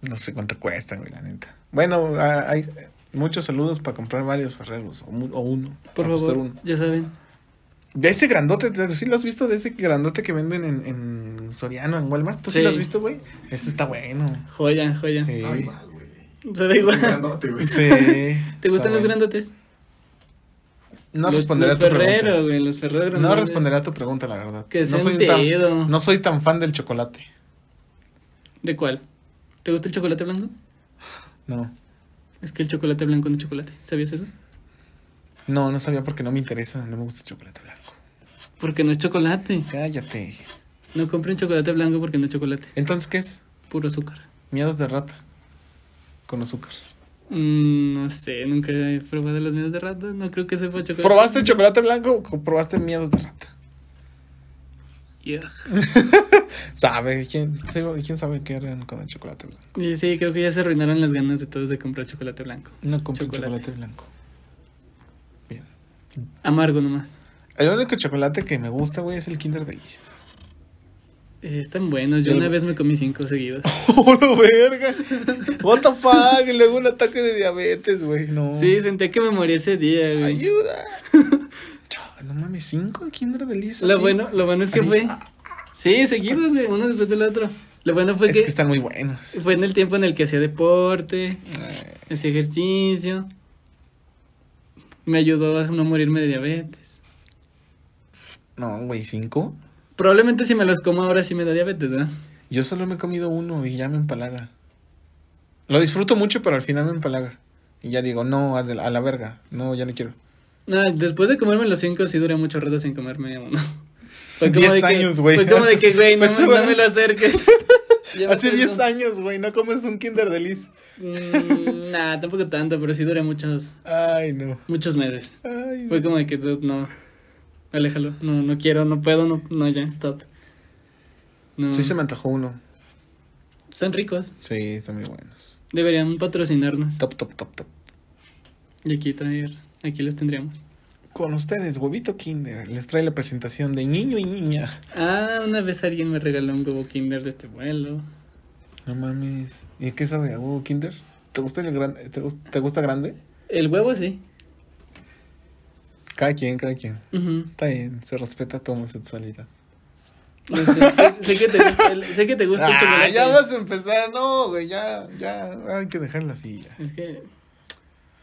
Speaker 2: No sé cuánto cuestan, güey, la neta. Bueno, a- hay muchos saludos para comprar varios Ferreros o, mu- o uno.
Speaker 1: Por
Speaker 2: para costar
Speaker 1: favor,
Speaker 2: uno.
Speaker 1: ya saben.
Speaker 2: De ese grandote, ¿te- ¿sí lo has visto? De ese grandote que venden en, en Soriano, en Walmart. ¿Tú sí,
Speaker 1: Sí.
Speaker 2: lo has visto, güey? Este está bueno.
Speaker 1: Joya, joya.
Speaker 2: Sí.
Speaker 3: Sabe pues, mal, güey.
Speaker 1: Se ve igual.
Speaker 3: Grandote, güey.
Speaker 2: Sí.
Speaker 1: ¿Te gustan
Speaker 2: está
Speaker 1: los
Speaker 2: bueno.
Speaker 1: grandotes?
Speaker 2: No
Speaker 1: los,
Speaker 2: responderé a
Speaker 1: los
Speaker 2: tu
Speaker 1: Ferrero,
Speaker 2: pregunta.
Speaker 1: güey, los Ferrero
Speaker 2: No
Speaker 1: grandotes.
Speaker 2: responderé a tu pregunta, la verdad.
Speaker 1: Qué
Speaker 2: no, soy tan,
Speaker 1: sentido.
Speaker 2: no soy tan fan del chocolate.
Speaker 1: ¿De cuál? ¿Te gusta el chocolate blanco?
Speaker 2: No.
Speaker 1: Es que el chocolate blanco no es chocolate. ¿Sabías eso?
Speaker 2: No, no sabía porque no me interesa, no me gusta el chocolate blanco.
Speaker 1: Porque no es chocolate.
Speaker 2: Cállate.
Speaker 1: No compren chocolate blanco porque no es chocolate.
Speaker 2: Entonces, ¿qué es?
Speaker 1: Puro azúcar.
Speaker 2: Miedos de rata. Con azúcar.
Speaker 1: Mm, no sé, nunca he probado las miedos de rato. No creo que sepa chocolate.
Speaker 2: ¿Probaste chocolate blanco o probaste miedos de rata?
Speaker 1: Yeah.
Speaker 2: ¿Sabe? ¿Quién, sabe- quién sabe qué eran con el chocolate blanco?
Speaker 1: Y sí, creo que ya se arruinaron las ganas de todos de comprar chocolate blanco.
Speaker 2: No compré chocolate.
Speaker 1: Chocolate.
Speaker 2: blanco. Bien.
Speaker 1: Amargo nomás.
Speaker 2: El único chocolate que me gusta, güey, es el Kinder Delice.
Speaker 1: Eh, Están buenos. Yo
Speaker 2: Yo-
Speaker 1: una vez me comí cinco seguidos.
Speaker 2: ¡Puro verga! ¡What the fuck! Y luego un ataque de diabetes, güey. No.
Speaker 1: Sí, sentí que me morí ese día. güey.
Speaker 2: ¡Ayuda! Chao, no mames, cinco de Kinder Delice.
Speaker 1: Lo
Speaker 2: sí.
Speaker 1: bueno, lo bueno es que
Speaker 2: Ahí-
Speaker 1: fue. Sí, seguidos, güey, uno después del otro. Lo bueno fue
Speaker 2: Es
Speaker 1: que,
Speaker 2: que están muy buenos.
Speaker 1: fue en el tiempo en el que hacía deporte, hacía ejercicio. Me ayudó a no morirme de diabetes.
Speaker 2: No, güey, cinco.
Speaker 1: Probablemente si me los como ahora sí me da diabetes, ¿verdad?
Speaker 2: Yo solo me he comido uno y ya me empalaga. Lo disfruto mucho, pero al final me empalaga. Y ya digo, no, a, de- a la verga. No, ya no quiero.
Speaker 1: No, después de comerme los cinco sí duré mucho rato sin comerme uno.
Speaker 2: Diez
Speaker 1: de que-
Speaker 2: años, güey.
Speaker 1: Fue como de que, güey, no,
Speaker 2: Pues,
Speaker 1: no me
Speaker 2: pues,
Speaker 1: lo acerques. Ya me
Speaker 2: Hace 10
Speaker 1: acuerdo.
Speaker 2: años, güey, no comes un Kinder Delice.
Speaker 1: Mm, nah, tampoco tanto, pero sí duré muchos,
Speaker 2: Ay, no.
Speaker 1: muchos meses.
Speaker 2: Ay, no.
Speaker 1: Fue como de que dude, no, aléjalo, no, no quiero, no puedo, no, no ya, stop. No.
Speaker 2: Sí se me antojó uno.
Speaker 1: Son ricos,
Speaker 2: Sí, están muy buenos.
Speaker 1: deberían patrocinarnos
Speaker 2: Top, top, top, top.
Speaker 1: y aquí traer, aquí los tendríamos.
Speaker 2: Con ustedes, huevito Kinder. Les trae la presentación de niño y niña.
Speaker 1: Ah, una vez alguien me regaló un huevo Kinder de este vuelo.
Speaker 2: No mames. ¿Y qué sabe a huevo Kinder? ¿Te gusta el grande? ¿Te, gus- te gusta grande?
Speaker 1: El huevo sí.
Speaker 2: Cada quien, cada quien.
Speaker 1: Ujú.
Speaker 2: Está bien, se respeta tu homosexualidad.
Speaker 1: No sé, sé, sé que te gusta el, sé que te gusta el
Speaker 2: Ah,
Speaker 1: chocolate.
Speaker 2: ya vas a empezar, no, güey, ya, ya, hay que dejarlo así ya.
Speaker 1: Es que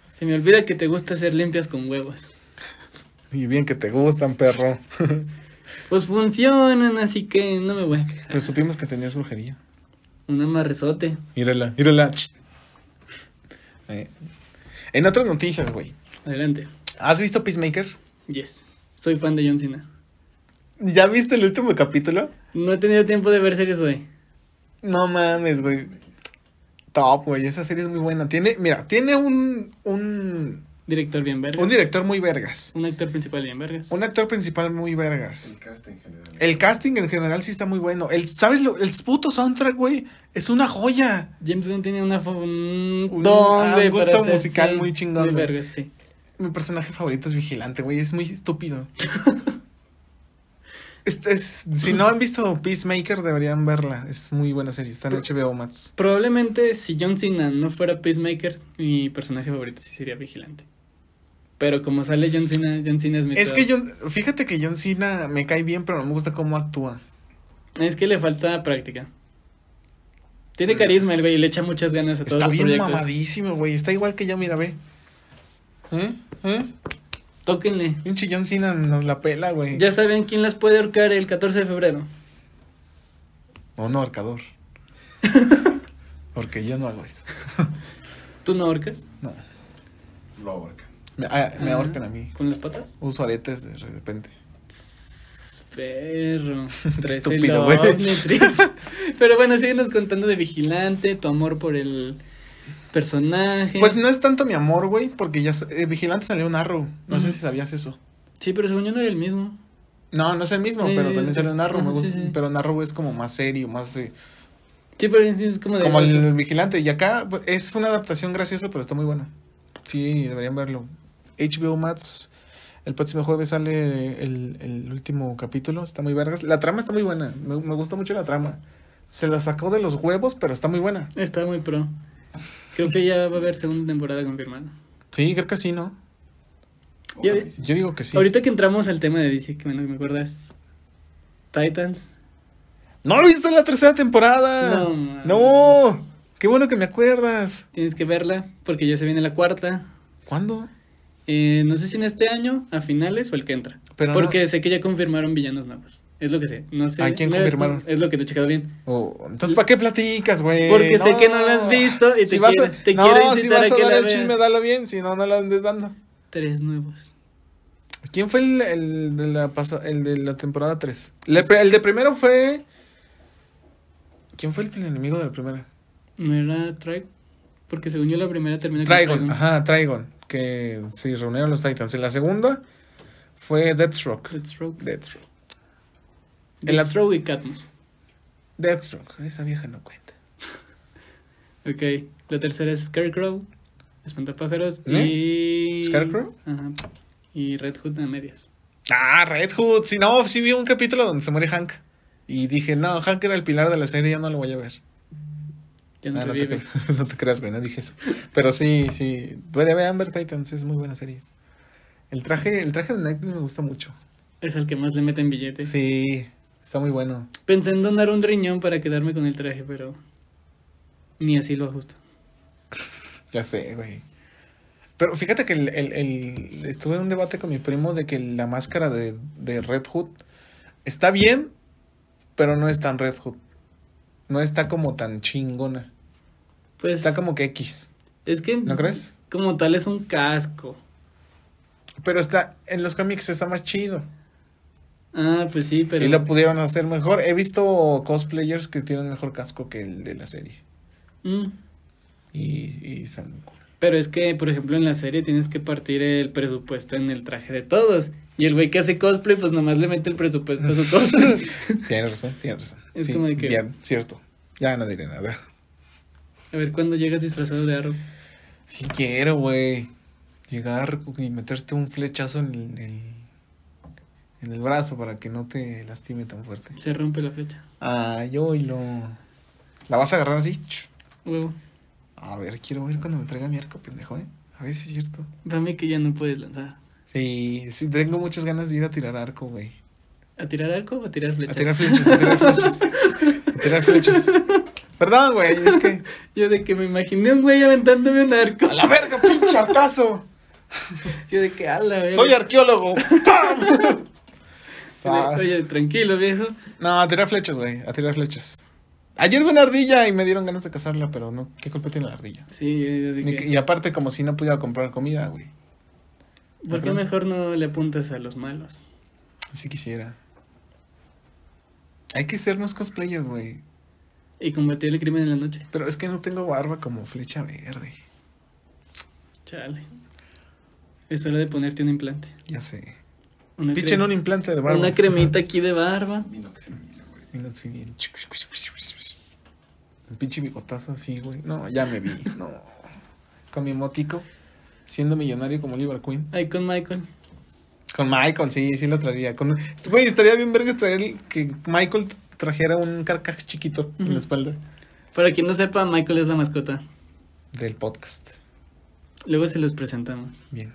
Speaker 1: se me olvida que te gusta hacer limpias con huevos.
Speaker 2: Y bien que te gustan, perro.
Speaker 1: Pues funcionan, así que no me voy a quejar.
Speaker 2: Pero supimos que tenías brujería.
Speaker 1: Un amarrezote.
Speaker 2: Mírala, mírala. ch. Eh, En otras noticias, güey.
Speaker 1: Adelante.
Speaker 2: ¿Has visto Peacemaker?
Speaker 1: Yes. Soy fan de John Cena.
Speaker 2: ¿Ya viste el último capítulo?
Speaker 1: No he tenido tiempo de ver series hoy.
Speaker 2: No mames, güey. Top, güey, esa serie es muy buena. Tiene, mira, tiene un, un,
Speaker 1: Director bien vergas.
Speaker 2: un
Speaker 1: Un,
Speaker 2: director muy vergas.
Speaker 1: actor principal bien vergas.
Speaker 2: Un actor principal muy vergas.
Speaker 3: El cast en general.
Speaker 2: El casting en general sí está muy bueno. El, ¿Sabes lo? El puto soundtrack, güey, es una joya.
Speaker 1: James Gunn tiene una fo- un
Speaker 2: Un-
Speaker 1: don,
Speaker 2: ah,
Speaker 1: güey,
Speaker 2: un
Speaker 1: para
Speaker 2: gusto
Speaker 1: hacer-
Speaker 2: musical
Speaker 1: sí,
Speaker 2: muy chingón,
Speaker 1: Muy
Speaker 2: güey.
Speaker 1: vergas, sí.
Speaker 2: Mi personaje favorito es Vigilante, güey. Es muy estúpido. Este es- si no han visto Peacemaker, deberían verla. Es muy buena serie. Está en HBO Max.
Speaker 1: Probablemente si John Cena no fuera Peacemaker, mi personaje favorito sí sería Vigilante. Pero como sale John Cena, John Cena es mi
Speaker 2: Es
Speaker 1: todo.
Speaker 2: que John, fíjate que John Cena me cae bien, pero no me gusta cómo actúa.
Speaker 1: Es que le falta práctica. Tiene carisma el güey y le echa muchas ganas a todos
Speaker 2: Está
Speaker 1: los
Speaker 2: bien
Speaker 1: proyectos.
Speaker 2: mamadísimo, güey. Está igual que yo, mira, ve. ¿Eh? ¿Eh?
Speaker 1: Tóquenle.
Speaker 2: Pinche John Cena nos la pela, güey.
Speaker 1: Ya saben quién las puede ahorcar el 14 de febrero.
Speaker 2: O no, arcador. Porque yo no hago eso.
Speaker 1: ¿Tú no ahorcas?
Speaker 2: No.
Speaker 3: Lo abarca.
Speaker 2: Me, ah, me
Speaker 1: Ah,
Speaker 2: ahorcan a mí.
Speaker 1: ¿Con las patas?
Speaker 2: Uso aretes de repente.
Speaker 1: Tss, Perro. Tres
Speaker 2: estúpido, güey.
Speaker 1: elómetros. Pero bueno, síguenos contando de Vigilante, tu amor por el personaje.
Speaker 2: Pues no es tanto mi amor, güey, porque ya s- eh, Vigilante salió un Arrow. No sé
Speaker 1: Ujú.
Speaker 2: si sabías eso.
Speaker 1: Sí, pero según yo no era el mismo.
Speaker 2: No, no es el mismo,
Speaker 1: Eh,
Speaker 2: pero también salió un Arrow.
Speaker 1: ajá,
Speaker 2: me gusta-
Speaker 1: sí, sí.
Speaker 2: Pero un Arrow es como más serio, más de.
Speaker 1: Sí, pero es- es como de...
Speaker 2: Como el,
Speaker 1: pues,
Speaker 2: Vigilante. Y acá pues, es una adaptación graciosa, pero está muy buena. Sí, deberían verlo. HBO Max. El próximo jueves sale el, el último capítulo. Está muy vergas. La trama está muy buena. Me, me gusta mucho la trama. Se la sacó de los huevos, pero está muy buena.
Speaker 1: Está muy pro. Creo que ya va a haber segunda temporada confirmada.
Speaker 2: Sí, creo que sí, ¿no?
Speaker 1: Ya
Speaker 3: Ojalá
Speaker 1: vi.
Speaker 3: y sí.
Speaker 2: Yo digo que sí.
Speaker 1: Ahorita que entramos al tema de DC, que menos me acuerdas. Titans.
Speaker 2: ¡No viste la tercera temporada!
Speaker 1: No, man.
Speaker 2: ¡No! ¡Qué bueno que me acuerdas!
Speaker 1: Tienes que verla porque ya se viene la cuarta.
Speaker 2: ¿Cuándo?
Speaker 1: Eh, no sé si en este año, a finales o el que entra.
Speaker 2: Pero
Speaker 1: porque sé que ya confirmaron villanos nuevos. Es lo que sé. No sé.
Speaker 2: ¿A quién
Speaker 1: no-
Speaker 2: confirmaron?
Speaker 1: Es lo que te he checado bien.
Speaker 2: Oh, entonces, ¿para qué platicas, güey?
Speaker 1: Porque sé que no lo has visto y te
Speaker 2: vas a-
Speaker 1: quiero- te
Speaker 2: no,
Speaker 1: quiero incitar
Speaker 2: si vas
Speaker 1: a
Speaker 2: a
Speaker 1: que
Speaker 2: dar
Speaker 1: la
Speaker 2: el
Speaker 1: veas.
Speaker 2: chisme, dalo bien, si no, no lo andes dando.
Speaker 1: Tres nuevos.
Speaker 2: ¿Quién fue el, el de, la pasa- el de la temporada 3? el de primero fue... ¿Quién fue el enemigo de la primera?
Speaker 1: ¿No era Trigon? Porque según yo la primera termina con
Speaker 2: Trigon,
Speaker 1: Trigon.
Speaker 2: ajá, Trigon, que sí, reunieron los Titans. En la segunda fue Deathstroke.
Speaker 1: Deathstroke.
Speaker 2: Deathstroke. El-
Speaker 1: Deathstroke y Catmus.
Speaker 2: Deathstroke, esa vieja no cuenta.
Speaker 1: Ok, la tercera es Scarecrow, Espantapájaros y...
Speaker 2: ¿Eh? ¿Scarecrow?
Speaker 1: Ajá, y Red Hood a medias.
Speaker 2: Ah, Red Hood. Sí, no, sí vi un capítulo donde se muere Hank. Y dije, no, Hank era el pilar de la serie, ya no lo voy a ver.
Speaker 1: Ya no
Speaker 2: Ah, no, te
Speaker 1: revive.
Speaker 2: creas, no te creas, güey, no dije eso. Pero sí, sí. Puede ver Amber Titans, es muy buena serie. El traje, el traje de Netflix me gusta mucho.
Speaker 1: Es el que más le meten billetes.
Speaker 2: Sí, está muy bueno.
Speaker 1: Pensé en donar un riñón para quedarme con el traje, pero... Ni así lo ajusto.
Speaker 2: Ya sé, güey. Pero fíjate que el, el- el- estuve en un debate con mi primo de que la máscara de, de Red Hood está bien, pero no es tan Red Hood. No está como tan chingona.
Speaker 1: Pues
Speaker 2: Está como que X,
Speaker 1: es que
Speaker 2: ¿no crees?
Speaker 1: como tal es un casco.
Speaker 2: Pero está, en los cómics está más chido.
Speaker 1: Ah, pues sí, pero...
Speaker 2: Y lo pudieron hacer mejor. He visto cosplayers que tienen mejor casco que el de la serie.
Speaker 1: Mm,
Speaker 2: Y, y está muy cool.
Speaker 1: pero es que, por ejemplo, en la serie tienes que partir el presupuesto en el traje de todos. Y el güey que hace cosplay, pues nomás le mete el presupuesto a su cosplay.
Speaker 2: Tienes razón, tienes razón.
Speaker 1: Es
Speaker 2: sí,
Speaker 1: como de que-
Speaker 2: bien, cierto. Ya no diré nada.
Speaker 1: A ver, ¿cuándo llegas disfrazado de Arrow?
Speaker 2: Si quiero, güey. Llegar y meterte un flechazo en el, en el- en el brazo para que no te lastime tan fuerte.
Speaker 1: Se rompe la flecha.
Speaker 2: Ah, yo y lo... La vas a agarrar así. ch.
Speaker 1: Huevo.
Speaker 2: A ver, quiero ver cuando me traiga mi arco, pendejo, ¿eh? A ver si es cierto.
Speaker 1: Dame que ya no puedes lanzar.
Speaker 2: Sí, sí, tengo muchas ganas de ir a tirar arco, güey.
Speaker 1: ¿A tirar arco o a tirar
Speaker 2: A
Speaker 1: flechas?
Speaker 2: tirar flechas, a tirar flechas. A tirar flechas. Perdón, güey, es que.
Speaker 1: Yo de que me imaginé un güey aventándome un arco.
Speaker 2: ¡A la verga, pinche arcazo!
Speaker 1: Yo de que a la verga.
Speaker 2: ¡Soy arqueólogo! Ah. ¡Pam!
Speaker 1: Yo de,
Speaker 2: Ah.
Speaker 1: Oye, tranquilo, viejo.
Speaker 2: No, a tirar flechas, güey, a tirar flechas. Ayer vi una ardilla y me dieron ganas de cazarla, pero no, ¿qué culpa tiene la ardilla?
Speaker 1: Sí, yo de
Speaker 2: Ni que-
Speaker 1: que,
Speaker 2: Y aparte, como si no pudiera comprar comida, güey.
Speaker 1: ¿Por qué
Speaker 2: Ajá.
Speaker 1: mejor no le apuntas a los malos?
Speaker 2: Si quisiera. Hay que hacernos cosplayers, güey.
Speaker 1: Y combatir el crimen en la noche.
Speaker 2: Pero es que no tengo barba como flecha verde.
Speaker 1: Chale. Es hora de ponerte un implante.
Speaker 2: Ya sé.
Speaker 1: Una,
Speaker 2: Pichen
Speaker 1: cre-
Speaker 2: un implante de barba.
Speaker 1: una cremita aquí de barba.
Speaker 3: Minoxidil, güey.
Speaker 2: Y no, sí, bien. Un pinche bigotazo así, güey. No, ya me vi. No. Con mi motico. Siendo millonario como Oliver Queen.
Speaker 1: Ahí con Michael.
Speaker 2: Con Michael, sí, sí lo traería. Con... Güey, estaría bien verga traer el- que Michael trajera un carcaj chiquito en
Speaker 1: Ujú.
Speaker 2: la espalda
Speaker 1: Para quien no sepa, Michael es la mascota.
Speaker 2: del podcast.
Speaker 1: Luego se los presentamos.
Speaker 2: Bien.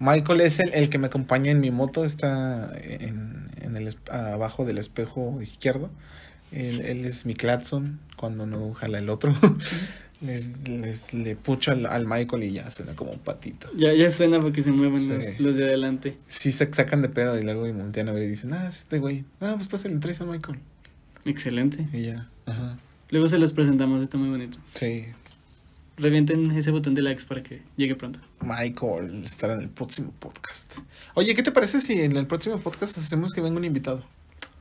Speaker 2: Michael es el, el que me acompaña en mi moto, está en, en el, es- abajo del espejo izquierdo. Él, él es mi claxon cuando no jala el otro. les, les- le pucho al, al Michael y ya suena como un patito.
Speaker 1: Ya, ya suena porque se mueven
Speaker 2: Sí.
Speaker 1: los, los de adelante.
Speaker 2: Sí, se sacan de pedo y luego me voltean a ver y dicen, ah, es este güey. Ah, pues pásale tres a Michael.
Speaker 1: Excelente.
Speaker 2: Y ya, ajá.
Speaker 1: Luego se los presentamos, está muy bonito.
Speaker 2: Sí,
Speaker 1: Revienten ese botón de likes para que llegue pronto.
Speaker 2: Michael estará en el próximo podcast. Oye, ¿qué te parece si en el próximo podcast hacemos que venga un invitado?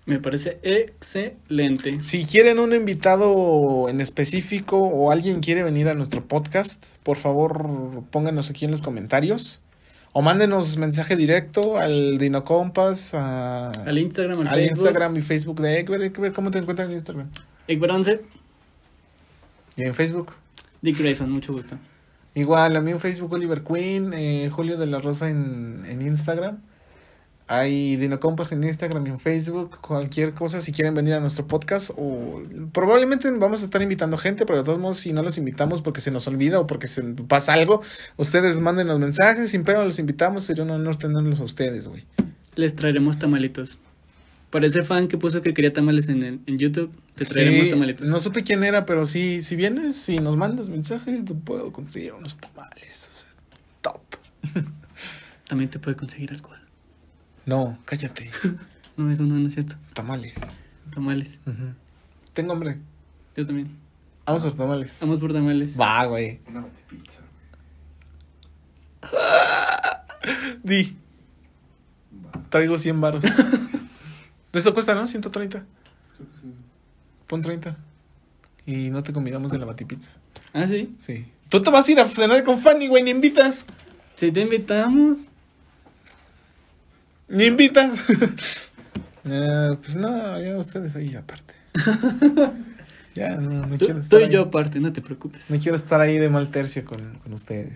Speaker 1: Me parece excelente.
Speaker 2: Si quieren un invitado en específico o alguien quiere venir a nuestro podcast, por favor pónganos aquí en los comentarios. O mándenos mensaje directo al Dinocompas, a,
Speaker 1: Al Instagram, al,
Speaker 2: al
Speaker 1: Facebook.
Speaker 2: Instagram y Facebook de Ekber. Ekber, ¿Cómo te encuentran en Instagram?
Speaker 1: Ekber 11,
Speaker 2: Y en Facebook.
Speaker 1: Dick Grayson, mucho gusto.
Speaker 2: Igual, a mí en Facebook Oliver Queen, eh, Julio de la Rosa en, en Instagram. Hay Dinocompas en Instagram y en Facebook. Cualquier cosa, si quieren venir a nuestro podcast. o Probablemente vamos a estar invitando gente, pero de todos modos, si no los invitamos porque se nos olvida o porque se pasa algo, ustedes manden los mensajes. Sin pedo, los invitamos. Sería un honor tenerlos a ustedes, güey.
Speaker 1: Les traeremos tamalitos. Para ese fan que puso que quería tamales en, el- en YouTube, te traeremos
Speaker 2: Sí,
Speaker 1: tamalitos.
Speaker 2: No supe quién era, pero sí, si vienes, si nos mandas mensajes, te puedo conseguir unos tamales. o sea, top.
Speaker 1: También te puede conseguir alcohol.
Speaker 2: No, cállate.
Speaker 1: No, eso no, no es cierto.
Speaker 2: Tamales.
Speaker 1: Tamales.
Speaker 2: Ujú. Tengo hambre.
Speaker 1: Yo también.
Speaker 2: Vamos por tamales.
Speaker 1: Vamos por tamales.
Speaker 2: Va, güey.
Speaker 3: Una pizza, güey.
Speaker 2: Di,
Speaker 3: Va.
Speaker 2: traigo 100 varos. Esto cuesta, ¿no? 130.
Speaker 3: Creo que sí.
Speaker 2: Pon 30. Y no te convidamos de la batipizza.
Speaker 1: Ah, sí.
Speaker 2: Sí. Tú te vas a ir a cenar con Fanny, güey. Ni invitas.
Speaker 1: Si te invitamos.
Speaker 2: Ni invitas. Eh, pues no, ya ustedes ahí aparte. ya, no, no
Speaker 1: Tú,
Speaker 2: quiero
Speaker 1: tú
Speaker 2: estar.
Speaker 1: y yo
Speaker 2: ahí.
Speaker 1: aparte, no te preocupes.
Speaker 2: No quiero estar ahí de mal tercio con, con ustedes.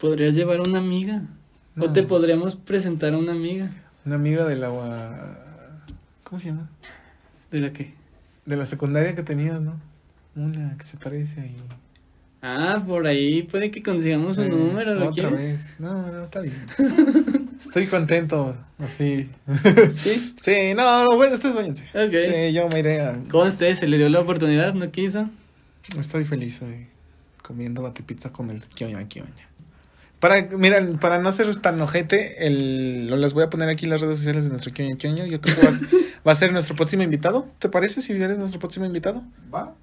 Speaker 1: Podrías llevar una amiga. O
Speaker 2: No.
Speaker 1: te podríamos presentar a una amiga.
Speaker 2: Una amiga del agua. ¿Cómo se llama?
Speaker 1: ¿De la qué?
Speaker 2: De la secundaria que tenías, ¿no? Una que se parece ahí.
Speaker 1: Ah, por ahí puede que consigamos un
Speaker 2: Eh,
Speaker 1: número. ¿Lo
Speaker 2: otra
Speaker 1: quieres?
Speaker 2: vez. No, no, está bien. Estoy contento, así.
Speaker 1: Sí.
Speaker 2: Sí, no, no, bueno, ustedes váyanse.
Speaker 1: Ok.
Speaker 2: Sí, yo me iré a...
Speaker 1: Conste, se le dio la oportunidad, no quiso.
Speaker 2: Estoy feliz hoy comiendo batipizza con el kioña kioña. Para, mira, para no ser tan ojete, el, lo- les voy a poner aquí en las redes sociales de nuestro kioña kioña. Yo creo que vas- va a ser nuestro próximo invitado. ¿Te parece si eres nuestro próximo invitado?
Speaker 3: Va.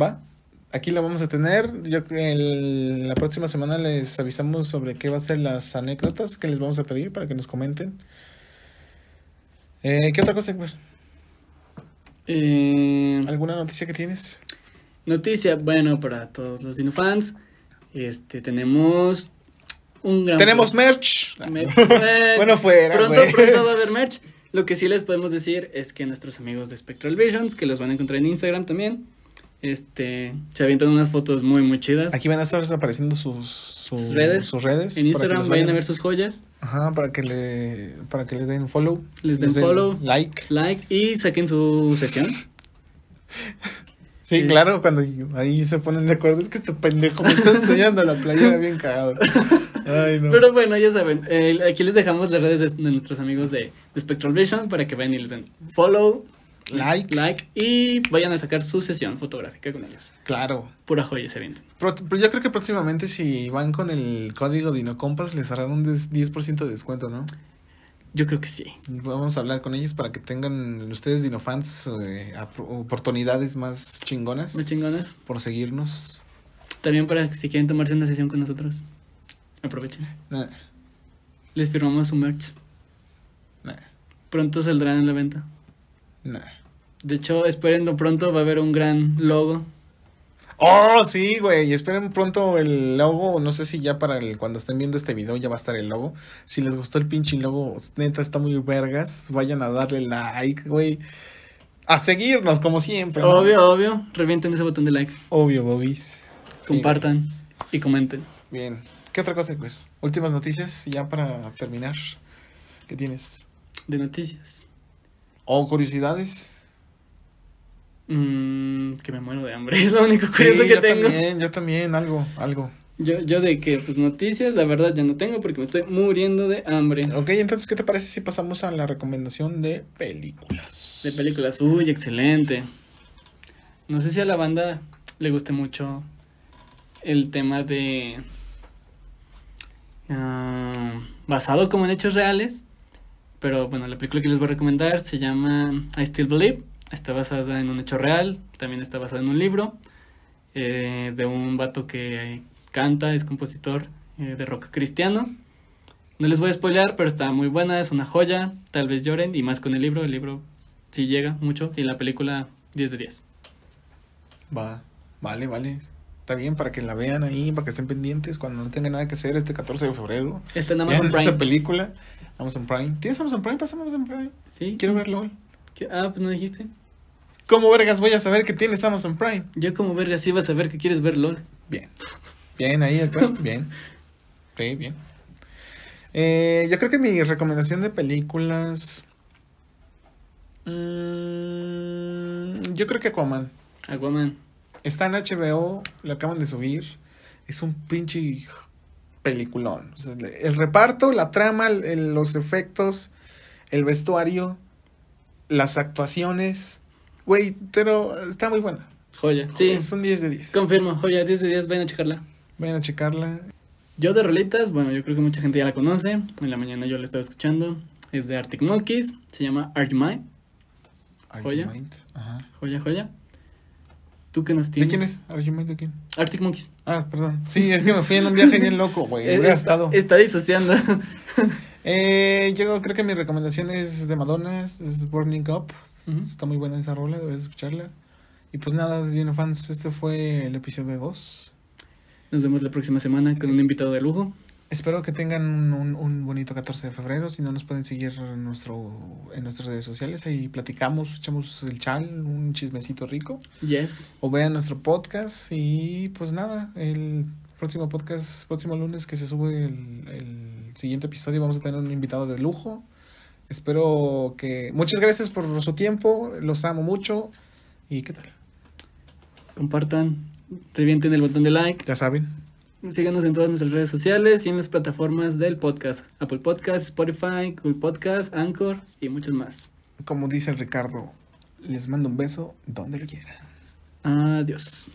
Speaker 2: Va. Aquí lo vamos a tener. Yo creo que el- la próxima semana les avisamos sobre qué va a ser las anécdotas que les vamos a pedir para que nos comenten. Eh, ¿Qué otra cosa, Héctor?
Speaker 1: Eh,
Speaker 2: ¿Alguna noticia que tienes?
Speaker 1: noticia, bueno, para todos los dinofans. Este, tenemos un gran.
Speaker 2: Tenemos
Speaker 1: merch.
Speaker 2: merch.
Speaker 1: Merch.
Speaker 2: Bueno, fuera,
Speaker 1: Pronto,
Speaker 2: güey.
Speaker 1: pronto va a haber merch. Lo que sí les podemos decir es que nuestros amigos de Spectral Visions, que los van a encontrar en Instagram también, este, se avientan unas fotos muy, muy chidas.
Speaker 2: Aquí van a estar apareciendo sus, sus-
Speaker 1: Sus redes.
Speaker 2: sus redes
Speaker 1: en
Speaker 2: para que
Speaker 1: Instagram
Speaker 2: los
Speaker 1: vayan a
Speaker 2: vayan-
Speaker 1: ver sus joyas,
Speaker 2: Ajá, para que le para que le den follow.
Speaker 1: Les den follow.
Speaker 2: Like.
Speaker 1: like y saquen su sesión.
Speaker 2: Sí,
Speaker 1: Sí.
Speaker 2: claro, cuando ahí se ponen de acuerdo, es que este pendejo me está enseñando la playera bien cagado. Ay, no.
Speaker 1: Pero bueno, ya saben, eh, aquí les dejamos las redes de, de nuestros amigos de, de Spectral Vision para que vayan y les den follow,
Speaker 2: Like.
Speaker 1: like y vayan a sacar su sesión fotográfica con ellos.
Speaker 2: Claro.
Speaker 1: Pura joya se avientan.
Speaker 2: Pro- Pero yo creo que próximamente si van con el código Dinocompas les harán un des- 10% de descuento, ¿no?
Speaker 1: Yo creo que sí.
Speaker 2: Vamos a hablar con ellos para que tengan ustedes Dinofans eh, apro- oportunidades más chingonas
Speaker 1: Muy chingonas.
Speaker 2: por seguirnos.
Speaker 1: También para que si quieren tomarse una sesión con nosotros, aprovechen.
Speaker 2: Nah,
Speaker 1: Les firmamos su merch.
Speaker 2: nah,
Speaker 1: Pronto saldrán en la venta.
Speaker 2: nah.
Speaker 1: De hecho, espérenlo pronto, va a haber un gran logo.
Speaker 2: Oh, sí, güey. Esperen pronto el logo. No sé si ya para el, cuando estén viendo este video ya va a estar el logo. Si les gustó el pinche logo, neta, está muy vergas. Vayan a darle like, güey. A seguirnos, como siempre. ¿no?
Speaker 1: Obvio, obvio. Revienten ese botón de like,
Speaker 2: Obvio, Bobis. Sí,
Speaker 1: compartan y comenten.
Speaker 2: güey. Bien. ¿Qué otra cosa, güey? Últimas noticias, ya para terminar. ¿Qué tienes?
Speaker 1: De noticias.
Speaker 2: ¿O curiosidades?
Speaker 1: Mm, que me muero de hambre, es lo único curioso
Speaker 2: Sí,
Speaker 1: que
Speaker 2: yo
Speaker 1: tengo.
Speaker 2: también, yo también, algo, algo.
Speaker 1: Yo, yo de que, pues noticias, la verdad ya no tengo porque me estoy muriendo de hambre.
Speaker 2: Ok, entonces, ¿qué te parece si pasamos a la recomendación de películas?
Speaker 1: De películas, uy, excelente. No sé si a la banda le guste mucho el tema de... ah, basado como en hechos reales, pero bueno, la película que les voy a recomendar se llama I Still Believe, está basada en un hecho real, también está basada en un libro eh, de un vato que canta, es compositor eh, de rock cristiano. No les voy a spoilear, pero está muy buena, es una joya. Tal vez lloren, y más con el libro. El libro sí llega mucho. Y la película, 10 de 10.
Speaker 2: Va, vale, vale. Está bien para que la vean ahí, para que estén pendientes cuando no tengan nada que hacer este 14 de febrero.
Speaker 1: Está en
Speaker 2: Vean
Speaker 1: Amazon
Speaker 2: esa
Speaker 1: Prime.
Speaker 2: película. Amazon Prime. ¿Tienes Amazon Prime? Pásame Amazon Prime.
Speaker 1: ¿Sí?
Speaker 2: Quiero verlo hoy.
Speaker 1: ¿Qué? Ah, pues no dijiste.
Speaker 2: ¿Cómo vergas voy a saber que tienes Amazon Prime?
Speaker 1: Yo como verga sí vas a ver que quieres ver LOL.
Speaker 2: Bien. Bien ahí, el plan, Bien. Sí, bien. Eh, yo creo que mi recomendación de películas. mm, yo creo que Aquaman.
Speaker 1: Aquaman.
Speaker 2: Está en HBO, lo acaban de subir. Es un pinche peliculón. O sea, le- el reparto, la trama, el- el- los efectos, el vestuario, las actuaciones. Güey, pero está muy buena.
Speaker 1: Joya. Sí,
Speaker 2: Es un 10 de 10.
Speaker 1: confirmo. Joya, 10 de 10. Vayan a checarla.
Speaker 2: Vayan a checarla.
Speaker 1: Yo de rolitas, bueno, yo creo que mucha gente ya la conoce. En la mañana yo la estaba escuchando. Es de Arctic Monkeys. Se llama Are You Mine. Joya.
Speaker 2: Argument. Ajá.
Speaker 1: Joya, joya. ¿Tú qué nos
Speaker 2: ¿De
Speaker 1: tienes?
Speaker 2: quién es? Argument de quién.
Speaker 1: Arctic Monkeys.
Speaker 2: Ah, perdón. Sí, es que me fui en un viaje bien loco, güey.
Speaker 1: Eh,
Speaker 2: Hubiera
Speaker 1: está-
Speaker 2: estado.
Speaker 1: está disociando.
Speaker 2: Eh, yo creo que mi recomendación es de Madonna, es- es Burning Up.
Speaker 1: Ujú.
Speaker 2: Está muy buena esa rola, deberías escucharla. Y pues nada, Dino Fans, este fue el episodio 2.
Speaker 1: Nos vemos la próxima semana con un invitado de lujo.
Speaker 2: Espero que tengan un, un- un bonito 14 de febrero. Si no, nos pueden seguir en, nuestro, en nuestras redes sociales. Ahí platicamos, echamos el chal, un chismecito rico.
Speaker 1: Yes.
Speaker 2: O vean nuestro podcast. Y pues nada, el próximo podcast, próximo lunes que se sube el, el siguiente episodio, vamos a tener un invitado de lujo. Espero que. Muchas gracias por su tiempo. Los amo mucho. ¿Y qué tal?
Speaker 1: Compartan, revienten el botón de like.
Speaker 2: Ya saben.
Speaker 1: Síganos en todas nuestras redes sociales y en las plataformas del podcast. Apple Podcast, Spotify, Google Podcast, Anchor y muchos más.
Speaker 2: Como dice el Ricardo, les mando un beso donde lo quieran.
Speaker 1: Adiós.